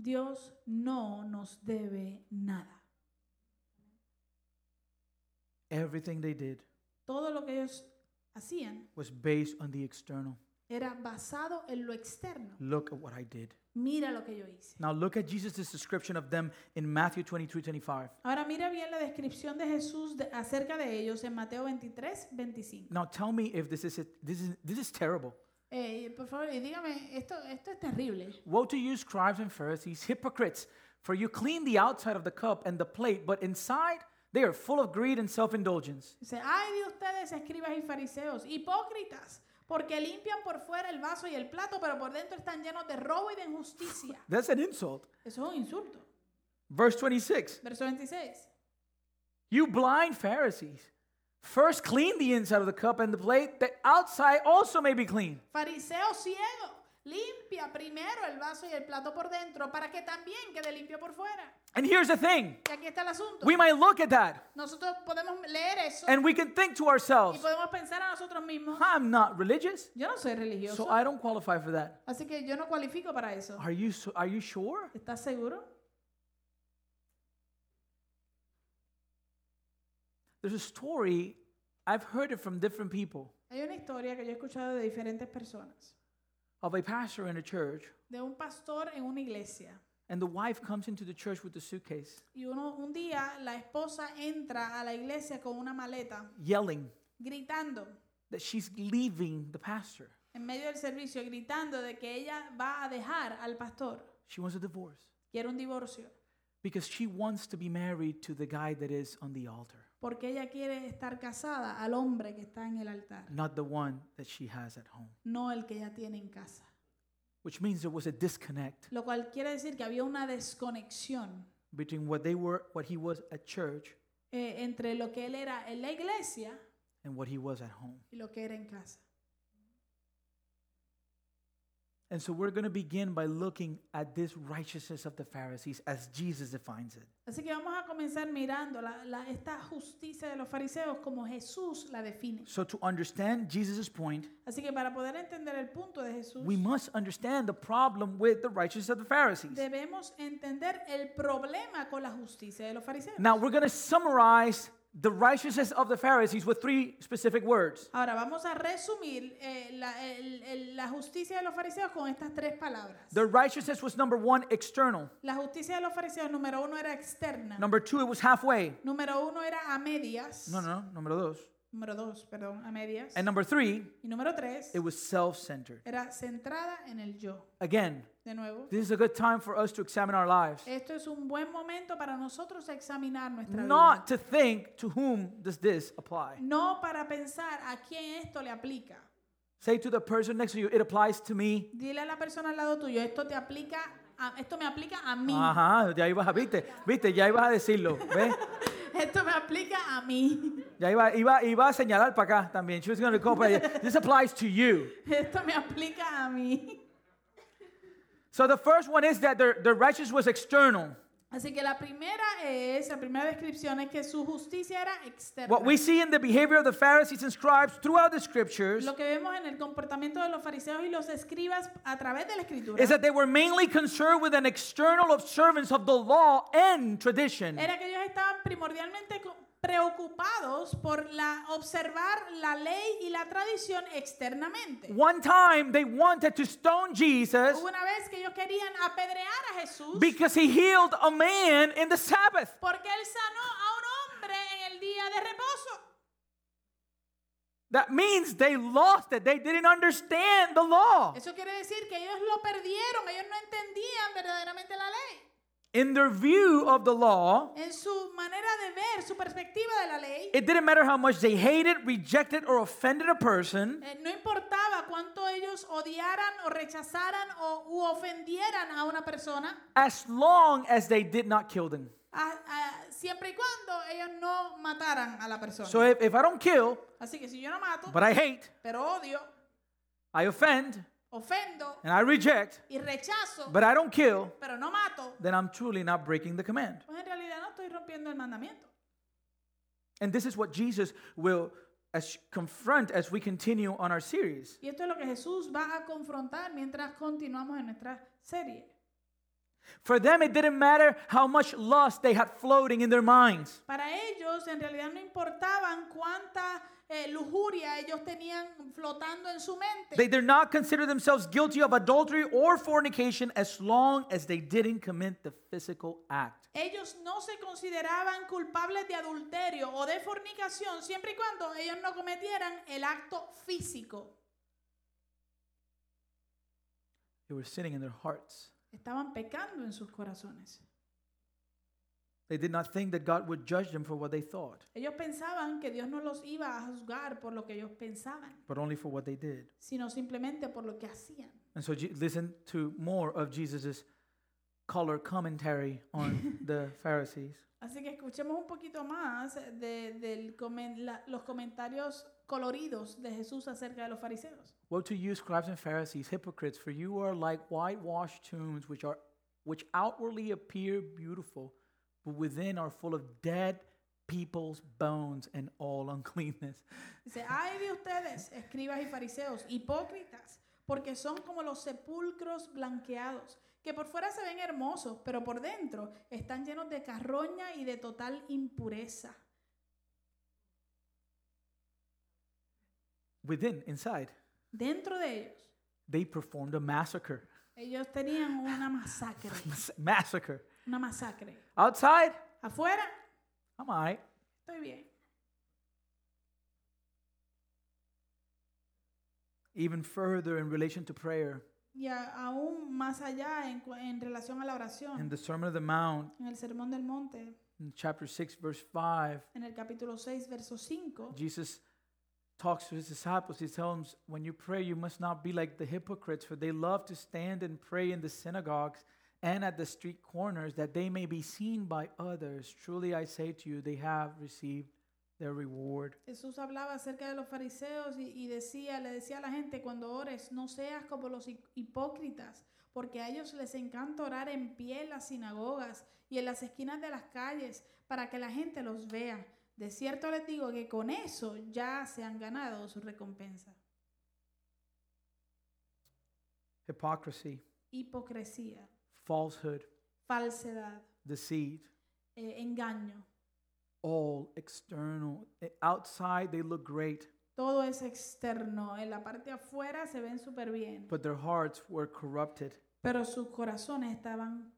Dios no nos debe nada. Everything they did Todo lo que ellos hacían was based on the external. era basado en lo externo. Look at what I did. Mira lo que yo hice. Now look at Jesus' description of them in Matthew 23 25. Ahora mira bien la descripción de Jesús de- acerca de ellos en Mateo 23, 25. Now tell me if this is, this is, this is terrible. Eh, por favor, y dígame, esto, esto es terrible. Woe to you, scribes and Pharisees, hypocrites, for you clean the outside of the cup and the plate, but inside they are full of greed and self indulgence. Dice, ay de ustedes, escribas y fariseos, hipócritas, porque limpian por fuera el vaso y el plato, pero por dentro están llenos de robo y de [laughs] injusticia. That's an insult. Eso es un insulto. Verse 26 Verso 26. You blind Pharisees, first clean the inside of the cup and the plate, that outside also may be clean. Fariseo ciego, limpia primero el vaso y el plato por dentro, para que también quede limpio por fuera. And here's the thing Y aquí está el asunto. we might look at that Nosotros podemos leer eso and we can think to y ourselves, podemos pensar a nosotros mismos, I'm not religious, yo no soy religioso, so I don't qualify for that. así que yo no cualifico para eso. Are you, so, are you sure? ¿Estás seguro? There's a story, I've heard it from different people, Hay una historia que yo he escuchado de diferentes personas, of a pastor in a church de un pastor en una iglesia. And the wife comes into the church with the suitcase, Y uno, un día la esposa entra a la iglesia con una maleta, yelling gritando, that she's leaving the pastor. en medio del servicio, gritando de que ella va a dejar al pastor. She wants a divorce Quiere un divorcio, because she wants to be married to the guy that is on the altar, porque ella quiere estar casada al hombre que está en el altar, not the one that she has at home. no el que ella tiene en casa. Which means there was a disconnect Lo cual quiere decir que había una desconexión between what they were, what he was at church, eh, entre lo que él era en la iglesia and what he was at home. y lo que era en casa. And so we're going to begin by looking at this righteousness of the Pharisees as Jesus defines it. Así que vamos a comenzar mirando la- la- esta justicia de los fariseos como Jesús la define. So to understand Jesus' point, Así que para poder entender el punto de Jesús, we must understand the problem with the righteousness of the Pharisees. debemos entender el problema con la justicia de los fariseos. Now we're going to summarize the righteousness of the Pharisees with three specific words. Ahora vamos a resumir eh, la, el- el- la justicia de los fariseos con estas tres palabras. Their righteousness was number one, external. La justicia de los fariseos, número uno, era externa. Number two, it was halfway. Número uno era a medias. No, no, no, número dos. Número dos, perdón, a medias. And number three, Y número tres it was self centered. era centrada en el yo. Again, De nuevo, this is a good time for us to examine our lives, esto es un buen momento para nosotros examinar nuestra vida. not to think to whom does this apply. No para pensar a quién esto le aplica. Say to the person next to you, it applies to me. Dile a la persona al lado tuyo, esto te aplica, a- esto me aplica a mí. Ajá, ya ibas a, viste, viste, ya ibas a decirlo, ¿ves? [laughs] Esto me aplica a mí. [laughs] Ya iba, iba, iba a señalar para acá también. She was going to go para allá. This applies to you. Esto me aplica a mí. So the first one is that the, the righteous was external. Así que la primera es, la primera descripción es que su justicia era externa. What we see in the behavior of the Pharisees and scribes throughout the scriptures Lo que vemos en el comportamiento de los fariseos y los escribas a través de la escritura is that they were mainly concerned with an external observance of the law and tradition. era que ellos estaban primordialmente co- preocupados por la observar la ley y la tradición externamente. One time they wanted to stone Jesus Hubo una vez que ellos querían apedrear a Jesús because he healed a man in the Sabbath. porque él sanó a un hombre en el día de reposo. That means they lost it. They didn't understand the law. Eso quiere decir que ellos lo perdieron, ellos no entendían verdaderamente la ley. In their view of the law, En su manera de ver, su perspectiva de la ley, it didn't matter how much they hated, rejected, or offended a person. eh, no importaba cuánto ellos odiaran o rechazaran o u ofendieran a una persona, as long as they did not kill them. a- a- siempre y cuando ellos no mataran a la persona. So if, if I don't kill, Así que si yo no mato, but I hate, pero odio, I offend, ofendo and I reject, y rechazo, but I don't kill, pero no mato, then I'm truly not breaking the command. pues en realidad no estoy rompiendo el mandamiento. And this is what Jesus will as confront as we continue on our series. Y esto es lo que Jesús va a confrontar mientras continuamos en nuestra serie. For them, it didn't matter how much lust they had floating in their minds. Para ellos en realidad no importaban cuánta eh, lujuria ellos tenían flotando en su mente. They did not consider themselves guilty of adultery or fornication as long as they didn't commit the physical act. ellos no se consideraban culpables de adulterio o de fornicación siempre y cuando ellos no cometieran el acto físico. They were sinning in their hearts. Estaban pecando en sus corazones. They did not think that God would judge them for what they thought. Ellos pensaban que Dios no los iba a juzgar por lo que ellos pensaban, but only for what they did. sino simplemente por lo que hacían. And so Je- listen to more of Jesus' color commentary on the Pharisees. Así que escuchemos un poquito más de, del comen- la- los comentarios coloridos de Jesús acerca de los fariseos. Woe to you, scribes and Pharisees, hypocrites, for you are like whitewashed tombs, which are which outwardly appear beautiful, but within are full of dead people's bones and all [laughs] uncleanness. Dice, ay de ustedes, escribas y fariseos, hipócritas, porque son como los sepulcros blanqueados, que por fuera se ven hermosos, pero por dentro están llenos de carroña y de total impureza. Within, inside, Dentro de ellos, they performed a massacre. [laughs] ellos tenían una masacre, Mas- Massacre. una masacre. Outside, Afuera, I'm all right. estoy bien. Even further in relation to prayer, Y a- aún más allá en, cu- en relación a la oración. in the Sermon of the Mount, En el Sermón del Monte, In chapter 6, verse 5, en el capítulo 6, verso 5, Jesus talks to his disciples. He tells them, When you pray, you must not be like the hypocrites, for they love to stand and pray in the synagogues and at the street corners, that they may be seen by others. Truly I say to you, they have received their reward. Jesús hablaba acerca de los fariseos y, y decía, le decía a la gente, cuando ores, no seas como los hi- hipócritas, porque a ellos les encanta orar en pie en las sinagogas y en las esquinas de las calles para que la gente los vea. De cierto les digo que con eso ya se han ganado su recompensa. Hypocrisy, Hipocresía, falsehood, falsedad, deceit, eh, engaño. all external. Eh, Outside, they look great, Todo es externo. En la parte afuera se ven súper bien. but their hearts were corrupted. Pero sus corazones estaban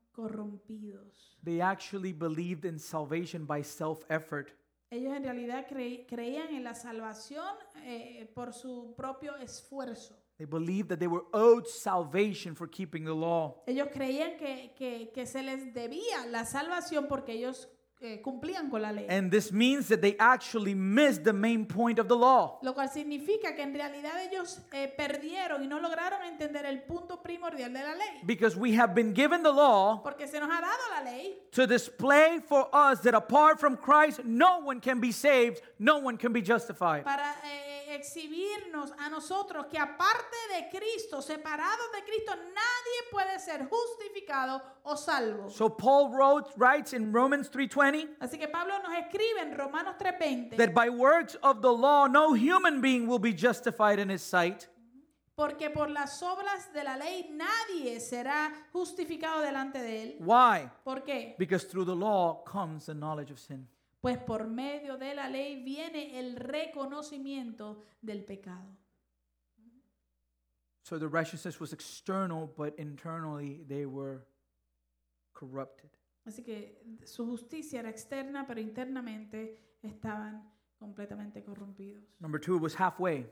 corrompidos. They actually believed in salvation by self effort. Ellos en realidad creí- creían en la salvación eh, por su propio esfuerzo. They believed that they were owed salvation for keeping the law. Ellos creían que, que- que se les debía la salvación porque ellos eh, cumplían con la ley. And this means that they actually missed the main point of the law. Lo cual significa que en realidad ellos eh, perdieron y no lograron entender el punto primordial de la ley. Because we have been given the law Porque se nos ha dado la ley to display for us that apart from Christ, no one can be saved, no one can be justified. para eh, exhibirnos a nosotros que aparte de Cristo, separados de Cristo, nadie puede ser justificado o salvo. So Paul wrote, writes in Romans 3:20 Así que Pablo nos escribe en Romanos 3:20, that by works of the law no human being will be justified in his sight, porque por las obras de la ley nadie será justificado delante de él. Why? ¿Por qué? Because through the law comes the knowledge of sin. Pues por medio de la ley viene el reconocimiento del pecado. So the righteousness was external, but internally they were corrupted. Así que su justicia era externa, pero internamente estaban completamente corrompidos. Number two, it was halfway.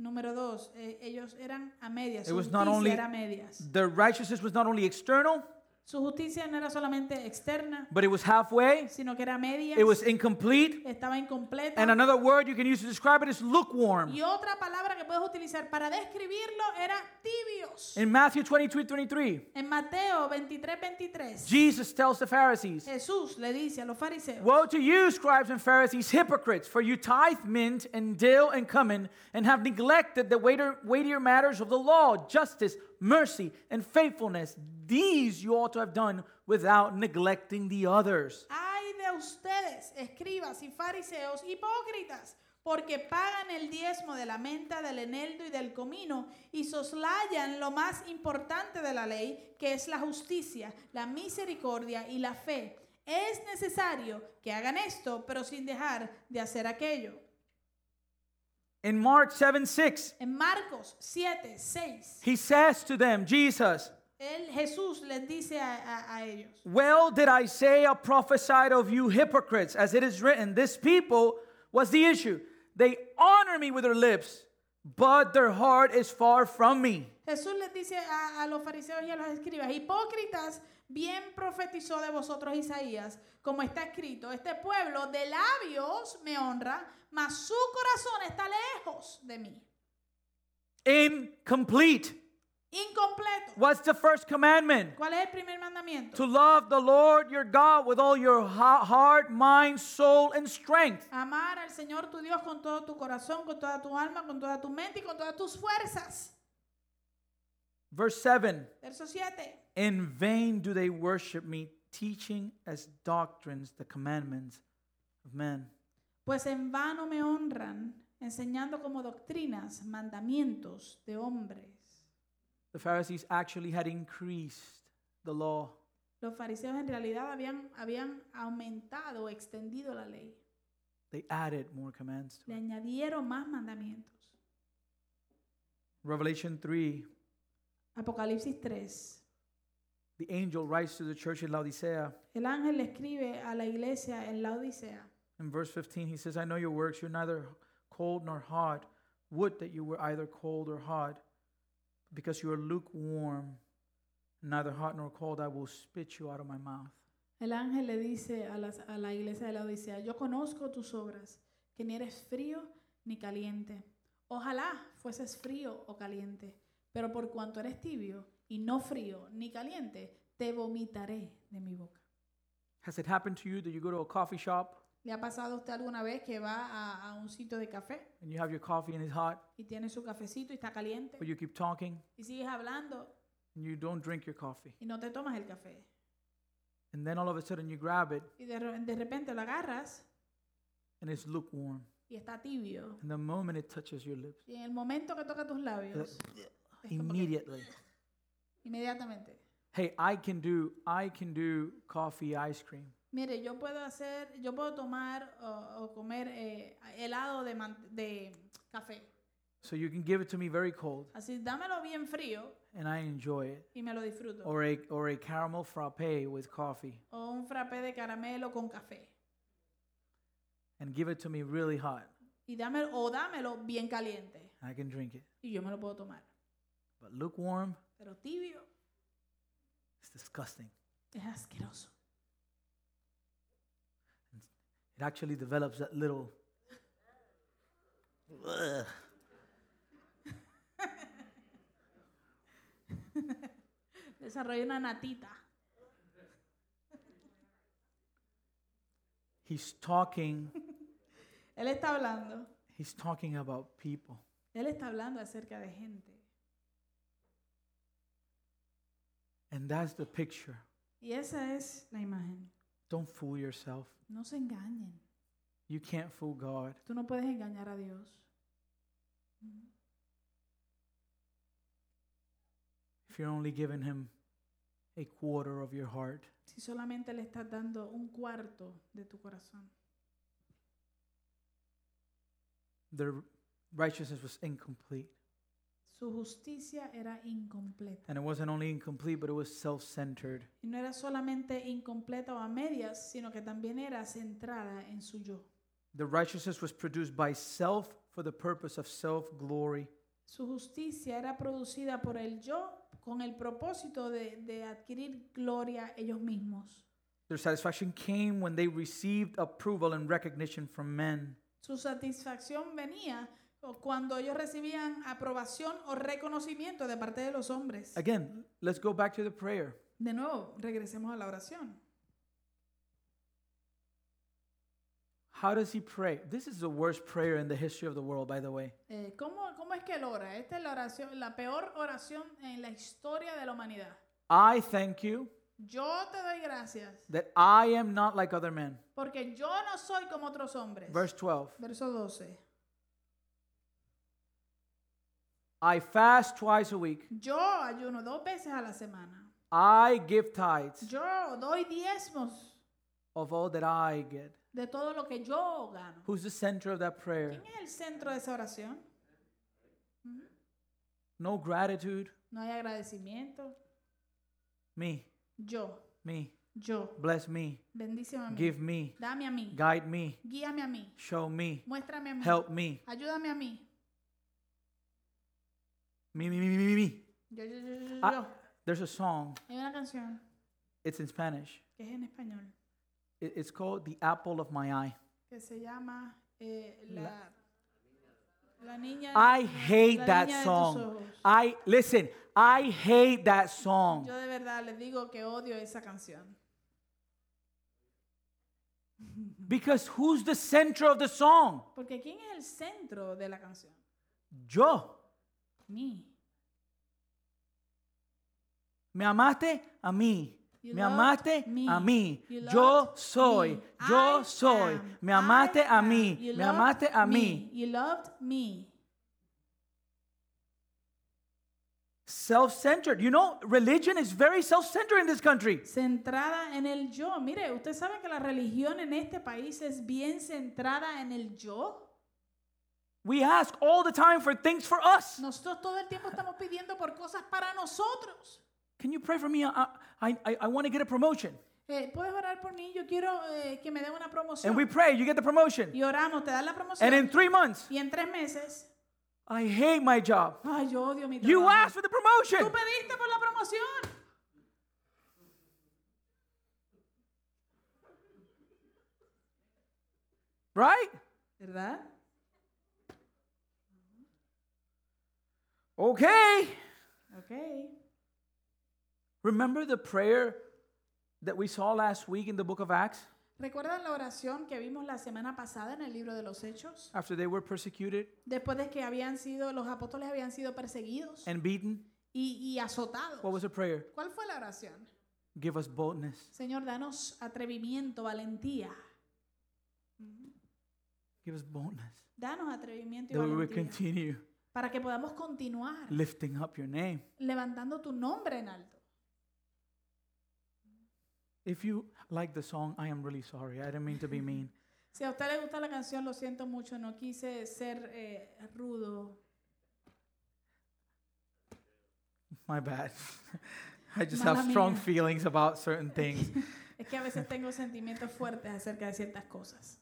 Número dos, eh, ellos eran a medias. It Su was not justicia only- era a medias. The righteousness was not only external, Su justicia no era solamente externa, but it was halfway. sino que era a medias. It was incomplete. estaba incompleta. And another word you can use to describe it is lukewarm. Y otra palabra que puedes utilizar para describirlo era tibios. In Matthew 22 23, En Mateo 23, 23, Jesus tells the Pharisees, Jesús le dice a los fariseos, Woe to you, scribes and Pharisees, hypocrites, for you tithe mint and dill and cumin, and have neglected the weighter, weightier matters of the law, justice, mercy, and faithfulness. These you ought to have done without neglecting the others. Ay de ustedes, escribas y fariseos hipócritas, porque pagan el diezmo de la menta, del eneldo y del comino y soslayan lo más importante de la ley, que es la justicia, la misericordia y la fe. Es necesario que hagan esto, pero sin dejar de hacer aquello. In Mark 7 6, En Marcos 7, 6, he says to them, Jesus, él, Jesús les dice a, a- a ellos, Well did I say I prophesied of you hypocrites, as it is written, this people was the issue. They honor me with their lips, but their heart is far from me. Jesús les dice a, a los fariseos y a los escribas, hipócritas, bien profetizó de vosotros Isaías, como está escrito, este pueblo de labios me honra, mas su corazón está lejos de mí. Incomplete. Incompleto. What's the first commandment? ¿Cuál es el primer mandamiento? To love the Lord your God with all your ha- heart, mind, soul, and strength. Amar al Señor tu Dios con todo tu corazón, con toda tu alma, con toda tu mente y con todas tus fuerzas. Verse 7 Verso 7. In vain do they worship me, teaching as doctrines the commandments of men. Pues en vano me honran, enseñando como doctrinas mandamientos de hombres. The Pharisees actually had increased the law. Los fariseos en realidad habían, habían aumentado o extendido la ley. They added more commands to Le it. añadieron más mandamientos. Revelation 3 Apocalipsis 3. The angel writes to the church in Laodicea. El ángel le escribe a la iglesia en la Odisea. In verse 15, he says, I know your works. You're neither cold nor hot. Would that you were either cold or hot. Because you are lukewarm, neither hot nor cold, I will spit you out of my mouth. El ángel le dice a, las- a la iglesia de la Odisea, yo conozco tus obras, que ni eres frío ni caliente. Ojalá fueses frío o caliente, pero por cuanto eres tibio y no frío ni caliente, te vomitaré de mi boca. Has it happened to you that you go to a coffee shop ¿Le ha pasado a usted alguna vez que va a- a un sitio de café? and you have your coffee and it's hot, y tiene su cafecito y está caliente but you keep talking y sigues hablando and you don't drink your coffee? y no te tomas el café And then all of a sudden you grab it y de, re- de repente lo agarras and it's lukewarm. y está tibio And the moment it touches your lips, y en el momento que toca tus labios es como que immediately. inmediatamente Hey, I can do I can do coffee ice cream. mire yo puedo hacer yo puedo tomar o, o comer eh, helado de, man- de café So you can give it to me very cold así dámelo bien frío and I enjoy it. y me lo disfruto Or a or a caramel frappe with coffee o un frappé de caramelo con café and give it to me really hot. y dame o dámelo bien caliente I can drink it. y yo me lo puedo tomar But lukewarm pero tibio is disgusting. es asqueroso it actually develops that little. Ugh. Desarrolla una natita. He's talking. Él está hablando. He's talking about people. Él está hablando acerca de gente. And that's the picture. Y esa es la imagen. Don't fool yourself. No se engañen. You can't fool God. Tú no puedes engañar a Dios. If you're only giving Him a quarter of your heart, Si solamente le estás dando un cuarto de tu corazón. their righteousness was incomplete. Su justicia era incompleta. And it wasn't only incomplete, but it was self centered. Y no era solamente incompleta o a medias, sino que también era centrada en su yo. The righteousness was produced by self for the purpose of self glory. Su justicia era producida por el yo con el propósito de, de adquirir gloria ellos mismos. Their satisfaction came when they received approval and recognition from men. Su satisfacción venía o cuando ellos recibían aprobación o reconocimiento de parte de los hombres. Again, let's go back to the prayer. De nuevo, regresemos a la oración. How does he pray? This is the worst prayer in the history of the world, by the way. Eh, ¿cómo, ¿Cómo es que él ora? Esta es la oración, la peor oración en la historia de la humanidad. I thank you Yo te doy gracias that I am not like other men. porque yo no soy como otros hombres. Verse 12. Verso 12. I fast twice a week. Yo ayuno dos veces a la semana. I give tithes Yo doy diezmos of all that I get. de todo lo que yo gano. Who's the center of that prayer? ¿Quién es el centro de esa oración? No gratitude. No hay agradecimiento. Me, Yo, me. yo. Bless me. Bendíceme a mí. Give me. Dame a mí. Guide me. Guíame a mí. Show me. Muéstrame a mí. Help me. Ayúdame a mí. Me, me, me, me, me, me. Yo, yo, yo, yo, yo. Ah. There's a song. Hay una canción It's in Spanish. que es en español It- It's called The Apple of My Eye. que se llama eh, la, la niña. I la- hate la that niña de tus song. ojos. I listen, I hate that song. Yo de verdad les digo que odio esa canción. Because who's the center of the song? Porque ¿quién es el centro de la canción? Yo. Mí. Me amaste a mí. You Me loved amaste me. a mí. You Yo loved soy. me. Yo I soy. am. Me amaste I a am. mí. You Me loved amaste a mí. You loved me. Self-centered. You know, religion is very self-centered in this country. Centrada en el yo. Mire, usted sabe que la religión en este país es bien centrada en el yo. We ask all the time for things for us. Nosotros todo el tiempo estamos pidiendo por cosas para nosotros. Can you pray for me? I I, I, I want to get a promotion. Eh, Puedes orar por mí, yo quiero eh, que me den una promoción. And we pray, you get the promotion. y oramos, te dan la promoción. And in three months, y en tres meses, I hate my job. ay, yo odio mi trabajo. You asked for the Tú promotion. pediste por la promoción. Right? ¿Verdad? Okay. Ok. Remember the prayer that we saw last week in the book of Acts? ¿Recuerdan la oración que vimos la semana pasada en el libro de los Hechos? after they were persecuted Después de que habían sido, los apóstoles habían sido perseguidos and beaten, y, y azotados. what was the prayer? ¿Cuál fue la oración? Give us boldness. Señor, danos atrevimiento, valentía. Give us boldness. Danos atrevimiento y That we will valentía. continue para que podamos continuar lifting up your name. levantando tu nombre en alto. If you like the song, I am really sorry. I didn't mean to be mean. Si a usted le gusta la canción, lo siento mucho, no quise ser eh, rudo. My bad. [laughs] I just Mala have strong mía. feelings about certain things. [laughs] Es que a veces tengo sentimientos fuertes acerca de ciertas cosas.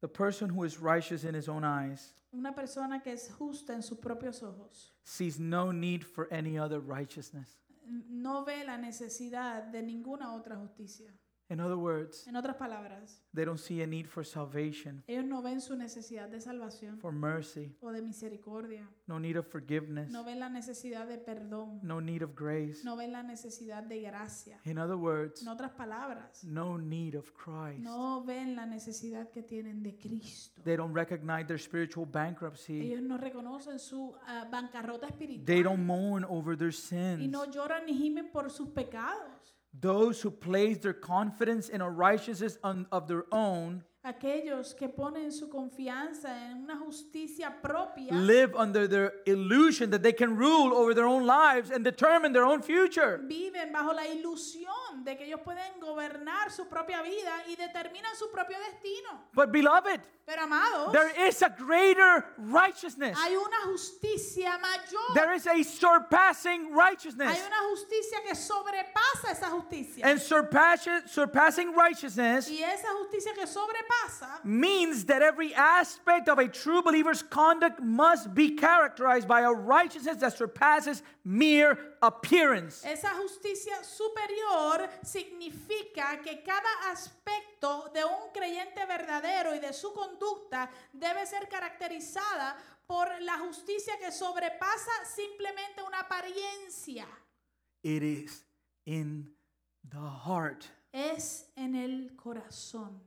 the person who is righteous in his own eyes Una persona que es justa en sus propios ojos sees no need for any other righteousness. n- no ve la necesidad de ninguna otra justicia. In other words, En otras palabras, they don't see a need for salvation, ellos no ven su necesidad de salvación for mercy, o de misericordia. no need of forgiveness, No ven la necesidad de perdón. no need of grace. No ven la necesidad de gracia. In other words, En otras palabras, no need of Christ. no ven la necesidad que tienen de Cristo. They don't recognize their spiritual bankruptcy. Ellos no reconocen su ah, bancarrota They espiritual don't mourn over their y sins. no lloran ni gimen por sus pecados. Those who place their confidence in a righteousness un- of their own Aquellos que ponen su confianza en una justicia propia live under the illusion that they can rule over their own lives and determine their own future. viven bajo la ilusión de que ellos pueden gobernar su propia vida y determinan su propio destino. But, beloved, Pero amados, there is a greater righteousness, hay una justicia mayor. there is a surpassing righteousness. Hay una justicia que sobrepasa esa justicia. And surpassing, surpassing righteousness y esa justicia que sobrepasa means that every aspect of a true believer's conduct must be characterized by a righteousness that surpasses mere appearance. Esa justicia superior significa que cada aspecto de un creyente verdadero y de su conducta debe ser caracterizada por la justicia que sobrepasa simplemente una apariencia. It is in the heart. Es en el corazón.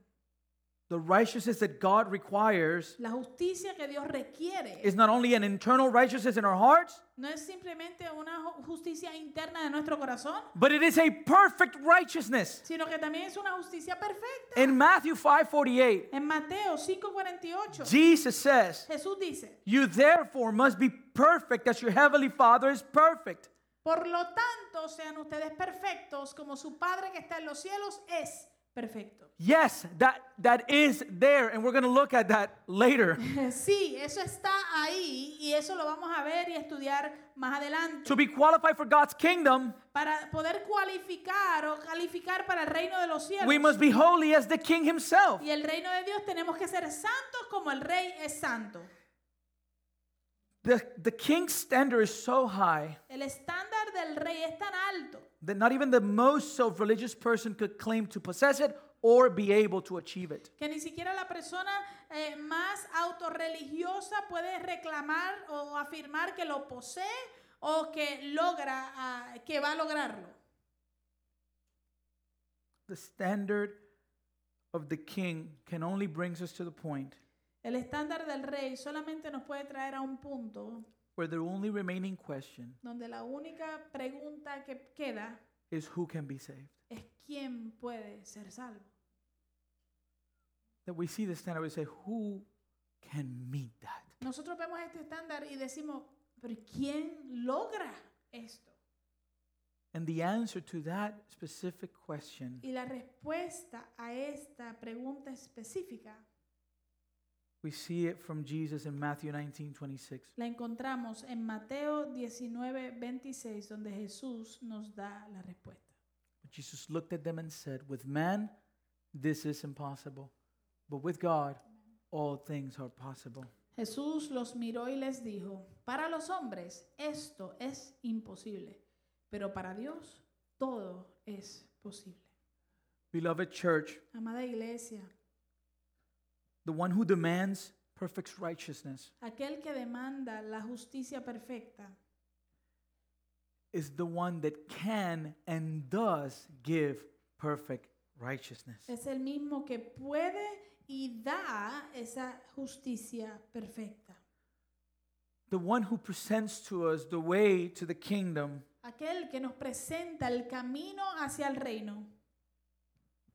The righteousness that God requires La justicia que Dios requiere is not only an internal righteousness in our hearts, no es simplemente una ju- justicia interna de nuestro corazón, but it is a perfect righteousness. sino que también es una justicia perfecta. In Matthew 5:48, En Mateo 5:48, Jesus says, Jesús dice, "You therefore must be perfect as your heavenly Father is perfect." Por lo tanto, sean ustedes perfectos como su Padre que está en los cielos es perfecto. Yes, that that is there and we're going to look at that later. Sí, eso está ahí y eso lo vamos a ver y estudiar más adelante. to be qualified for God's kingdom, Para poder cualificar o calificar para el reino de los we cielos must be holy as the king himself. y el reino de Dios tenemos que ser santos como el rey es santo. The, the king's standard is so high El estándar del rey es tan alto that not even the most self religious person could claim to possess it or be able to achieve it. que ni siquiera la persona eh, más autorreligiosa puede reclamar o afirmar que lo posee o que logra ah, que va a lograrlo. The standard of the king can only brings us to the point El estándar del rey solamente nos puede traer a un punto where the only remaining question donde la única pregunta que queda is who can be saved. es quién puede ser salvo. That we see the standard, we say, who can meet that? Nosotros vemos este estándar y decimos, pero ¿quién logra esto? And the answer to that specific question, Y la respuesta a esta pregunta específica we see it from Jesus in Matthew 19 26. La encontramos en Mateo 19, 26, donde Jesús nos da la respuesta. But Jesus looked at them and said, With man, this is impossible, but with God, all things are possible. Jesús los miró y les dijo, para los hombres esto es imposible, pero para Dios todo es posible. Beloved church, Amada iglesia, the one who demands perfect righteousness aquel que demanda la justicia perfecta is the one that can and does give perfect righteousness. es el mismo que puede y da esa justicia perfecta. The one who presents to us the way to the kingdom Aquel que nos presenta el camino hacia el reino.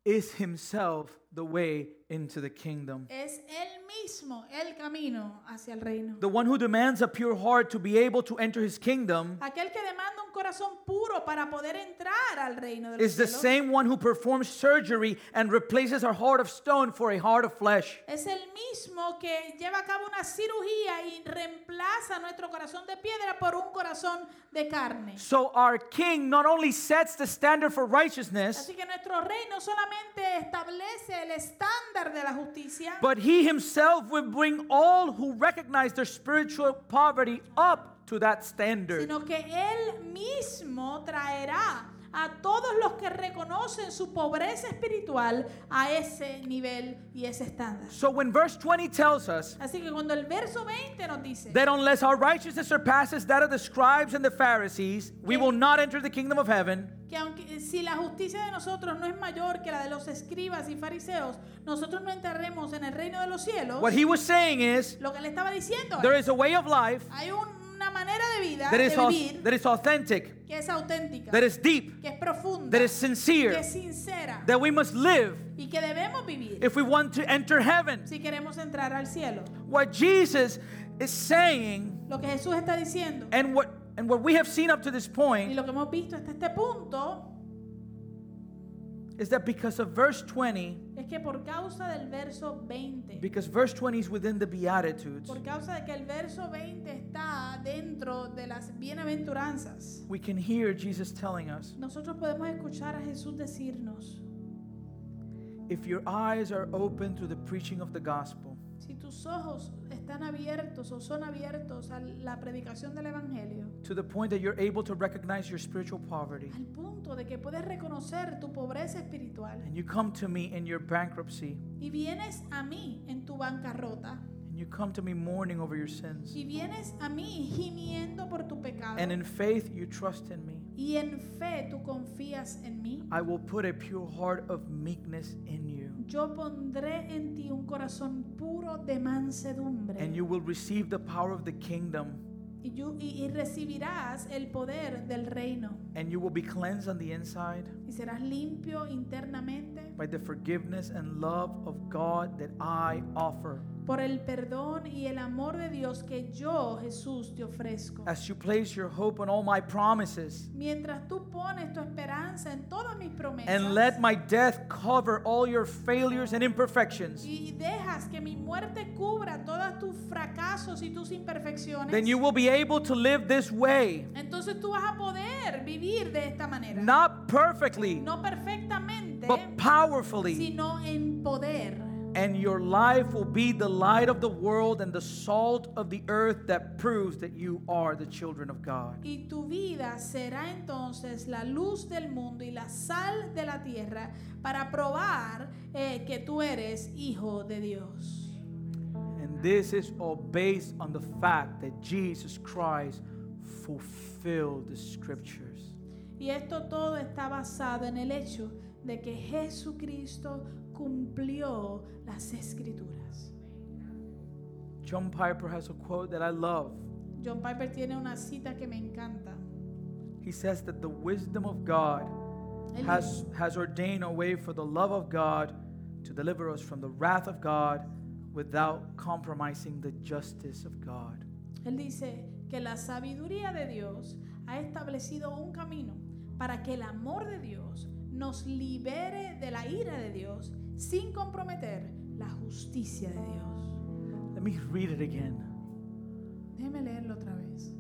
is himself the way into the kingdom. Es él mismo el camino hacia el reino. The one who demands a pure heart to be able to enter his kingdom Aquel que demanda un corazón puro para poder entrar al reino de los is the cielos. same one who performs surgery and replaces our heart of stone for a heart of flesh. Es el mismo que lleva a cabo una cirugía y reemplaza nuestro corazón de piedra por un corazón de carne. So our king not only sets the standard for righteousness, Así que nuestro rey no solamente establece el estándar de la justicia, but he himself will bring all who recognize their spiritual poverty up to that standard. sino que él mismo traerá a todos los que reconocen su pobreza espiritual a ese nivel y ese estándar. So when verse 20 tells us Así que cuando el verso 20 nos dice that unless our righteousness surpasses that of the scribes and the Pharisees, we will not enter the kingdom of heaven. que aunque eh, si la justicia de nosotros no es mayor que la de los escribas y fariseos, nosotros no entraremos en el reino de los cielos. What he was saying is Lo que le estaba diciendo there es, is a way of life hay un- una manera de vida, that de is, au- vivir, that is authentic, que es auténtica, that is deep, que es profunda, that is que sincere, es sincera that we must live y que debemos vivir if we want to enter heaven. si queremos entrar al cielo. What Jesus is saying Lo que Jesús está diciendo and what and what we have seen up to this y point lo que hemos visto hasta este punto is that because of verse 20, es que por causa del verso 20, because verse 20 is within the Beatitudes, por causa de que el verso 20 está dentro de las bienaventuranzas, we can hear Jesus telling us nosotros podemos escuchar a Jesús decirnos, if your eyes are open to the preaching of the gospel, si tus ojos están abiertos o son abiertos a la predicación del Evangelio, to the point that you're able to recognize your spiritual poverty, al punto de que puedes reconocer tu pobreza espiritual and you come to me in your bankruptcy, y vienes a mí en tu bancarrota and you come to me mourning over your sins, y vienes a mí gimiendo por tu pecado and in faith you trust in me, y en fe tú confías en mí, I will put a pure heart of meekness in you, yo pondré en ti un corazón puro de mansedumbre and you will receive the power of the kingdom. y, yo- y- y recibirás el poder del reino and you will be cleansed on the inside y serás limpio internamente by the forgiveness and love of God that I offer. por el perdón y el amor de Dios que yo, Jesús, te ofrezco. As you place your hope on all my promises, Mientras tú pones tu esperanza en todas mis and promesas let my death cover all your failures and imperfections, y dejas que mi muerte cubra todos tus fracasos y tus imperfecciones, then you will be able to live this way. entonces tú vas a poder vivir de esta manera. Not perfectly, no perfectamente, but powerfully. sino en poder. And your life will be the light of the world and the salt of the earth that proves that you are the children of God. Y tu vida será entonces la luz del mundo y la sal de la tierra para probar eh, que tú eres hijo de Dios. And this is all based on the fact that Jesus Christ fulfilled the scriptures. Y esto todo está basado en el hecho de que Jesucristo cumplió las escrituras. John Piper has a quote that I love. John Piper tiene una cita que me encanta. He says that the wisdom of God Él has, has ordained a way for the love of God to deliver us from the wrath of God without compromising the justice of God. Él dice que la sabiduría de Dios ha establecido un camino para que el amor de Dios nos libere de la ira de Dios sin comprometer la justicia de Dios. Let me read it again. Déjeme leerlo otra vez.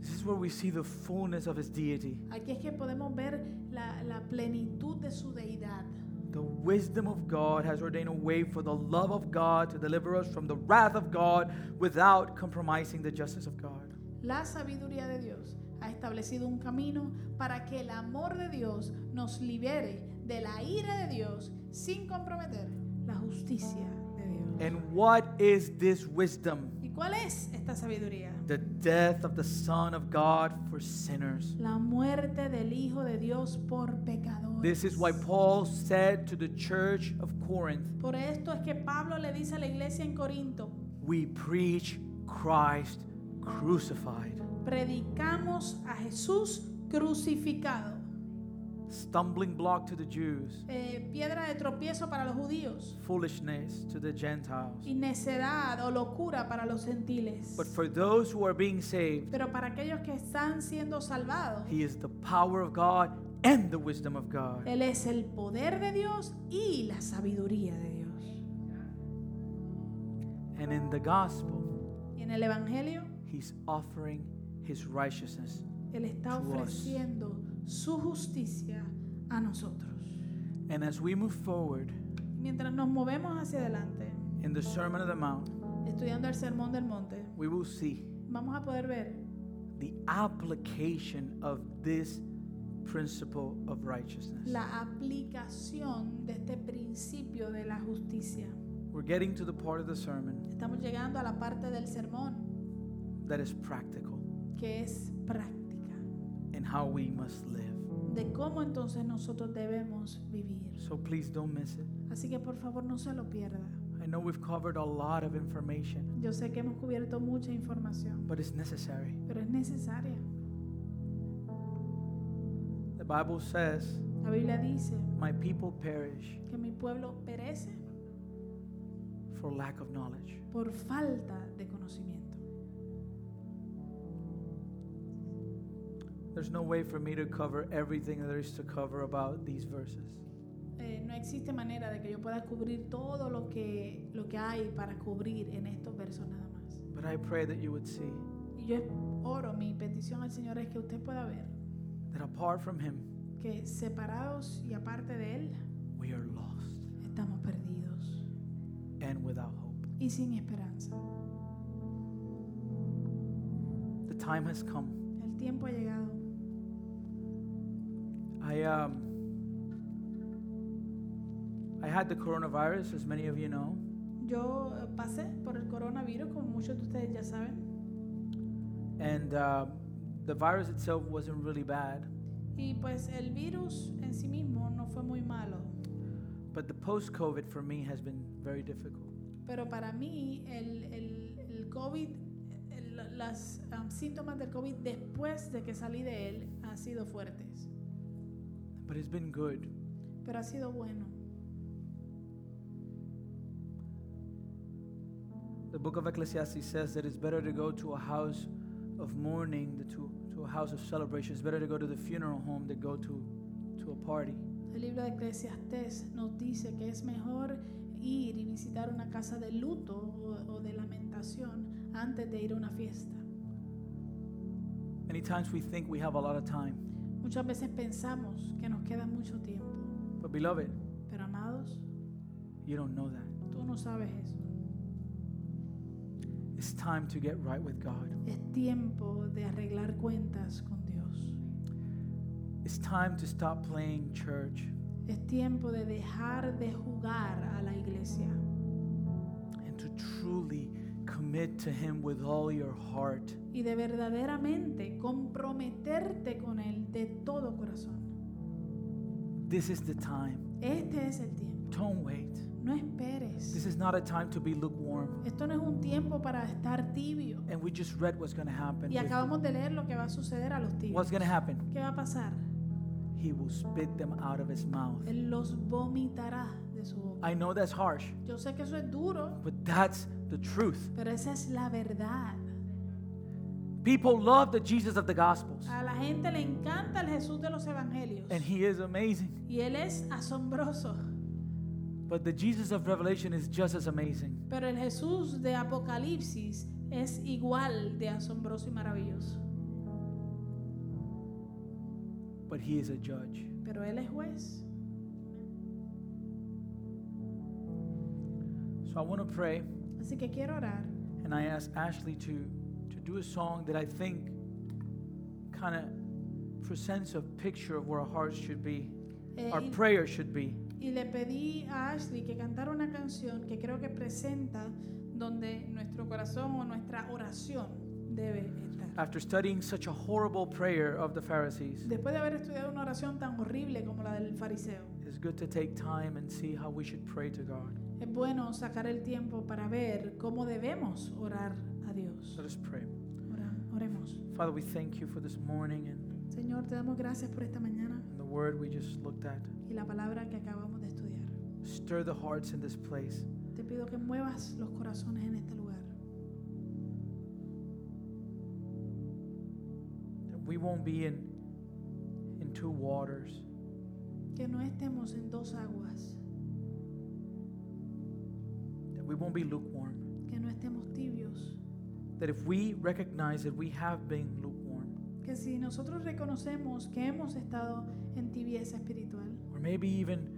This is where we see the fullness of his deity. Aquí es que podemos ver la, la plenitud de su deidad. The wisdom of God has ordained a way for the love of God to deliver us from the wrath of God without compromising the justice of God. La sabiduría de Dios ha establecido un camino para que el amor de Dios nos libere de la ira de Dios sin comprometer la justicia de Dios. And what is this wisdom? ¿Y cuál es esta sabiduría? The death of the Son of God for sinners. La muerte del Hijo de Dios por pecadores. This is why Paul said to the church of Corinth, Por esto es que Pablo le dice a la iglesia en Corinto, We preach Christ crucified. predicamos a Jesús crucificado, Stumbling block to the Jews, Eh, piedra de tropiezo para los judíos foolishness to the Gentiles. y necedad o locura para los gentiles. But for those who are being saved, Pero para aquellos que están siendo salvados, He is the power of God and the wisdom of God. Él es el poder de Dios y la sabiduría de Dios. And in the gospel, Y en el Evangelio, he's offering his righteousness. Él está To us. ofreciendo su justicia a nosotros. And as we move forward Mientras nos movemos hacia adelante, in the Sermon on the Mount, estudiando el Sermón del Monte, we will see vamos a poder ver the application of this principle of righteousness. la aplicación de este principio de la justicia. We're getting to the part of the sermon Estamos llegando a la parte del sermón that is practical que es práctica, and how we must live. de cómo entonces nosotros debemos vivir. So please don't miss it. Así que por favor no se lo pierda. I know we've covered a lot of information, Yo sé que hemos cubierto mucha información, but it's necessary. pero es necesaria. The Bible says, La Biblia dice My people perish que mi pueblo perece for lack of knowledge. por falta de conocimiento. There's no way for me to cover everything there is to cover about these verses. Eh, no existe manera de que yo pueda cubrir todo lo que, lo que hay para cubrir en estos versos nada más. But I pray that you would see Y yo oro, mi petición al Señor es que usted pueda ver that apart from Him, que separados y aparte de Él, we are lost estamos perdidos and without hope. y sin esperanza. The time has come. El tiempo ha llegado. I um, I had the coronavirus, as many of you know, Yo eh, pasé por el coronavirus, como muchos de ustedes ya saben, and uh, the virus itself wasn't really bad, y pues el virus en sí mismo no fue muy malo, but the post-COVID for me has been very difficult. pero para mí el, el, el COVID, el- los síntomas del COVID después de que salí de él han sido fuertes, But it's been good. pero ha sido bueno. The book of Ecclesiastes says that it's better to go to a house of mourning than to, to a house of celebration. It's better to go to the funeral home than go to, to a party. El libro de Eclesiastés nos dice que es mejor ir y visitar una casa de luto o- o de lamentación antes de ir a una fiesta. Many times we think we have a lot of time. Muchas veces pensamos que nos queda mucho tiempo, But beloved, pero amados, you don't know that. Tú no sabes eso. It's time to get right with God. Es tiempo de arreglar cuentas con Dios. It's time to stop playing church Es tiempo de dejar de jugar a la iglesia and to truly commit to Him with all your heart. y de verdaderamente comprometerte con Él de todo corazón. This is the time. Este es el tiempo. Don't wait. No esperes. This is not a time to be lukewarm. Esto no es un tiempo para estar tibio. And we just read what's going to happen. Y with- acabamos de leer lo que va a suceder a los tibios. What's going to happen? ¿Qué va a pasar? He will spit them out of his mouth. Él los vomitará de su boca. I know that's harsh, Yo sé que eso es duro, but that's the truth. pero esa es la verdad. People love the Jesus of the Gospels, A la gente le encanta el Jesús de los evangelios. and he is amazing. Y él es asombroso. But the Jesus of Revelation is just as amazing. Pero el Jesús de Apocalipsis es igual de asombroso y maravilloso. But he is a judge. Pero él es juez. So I want to pray, Así que quiero orar. and I ask Ashley to, to do a song that I think kind of presents a picture of where our hearts should be, Eh, our prayer should be. y, y le pedí a Ashley que cantara una canción que creo que presenta donde nuestro corazón o nuestra oración debe estar. After studying such a horrible prayer of the Pharisees, Después de haber estudiado una oración tan horrible como la del fariseo, it's good to take time and see how we should pray to God. es bueno sacar el tiempo para ver cómo debemos orar a Dios. Let us pray. Ora- Oremos. Father, we thank you for this morning and, Señor, te damos gracias por esta mañana and the word we just looked at. y la palabra que acabamos de estudiar. Stir the hearts in this place. Te pido que muevas los corazones en este lugar. That we won't be in in two waters, Que no estemos en dos aguas, that we won't be lukewarm. que no estemos tibios. That if we recognize that we have been lukewarm, Que si nosotros reconocemos que hemos estado en tibieza espiritual, or maybe even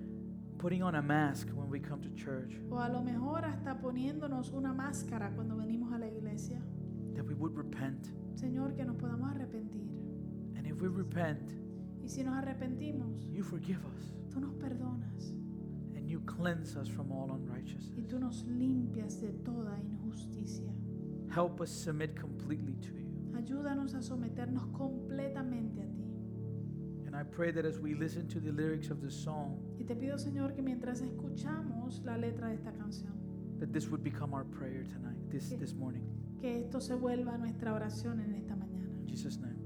putting on a mask when we come to church, o a lo mejor hasta poniéndonos una máscara cuando venimos a la iglesia, that we would repent. Señor, que nos podamos arrepentir. And if we repent, Y Y si nos arrepentimos, you forgive us tú nos perdonas and you cleanse us from all y unrighteousness. tú nos limpias de toda injusticia. Help us submit completely to you. Ayúdanos a someternos completamente a ti. And I pray that as we listen to the lyrics of this song, Y te pido, Señor, que mientras escuchamos la letra de esta canción, that this would become our prayer tonight, this, this morning. que esto se vuelva nuestra oración en esta mañana. In Jesus' name.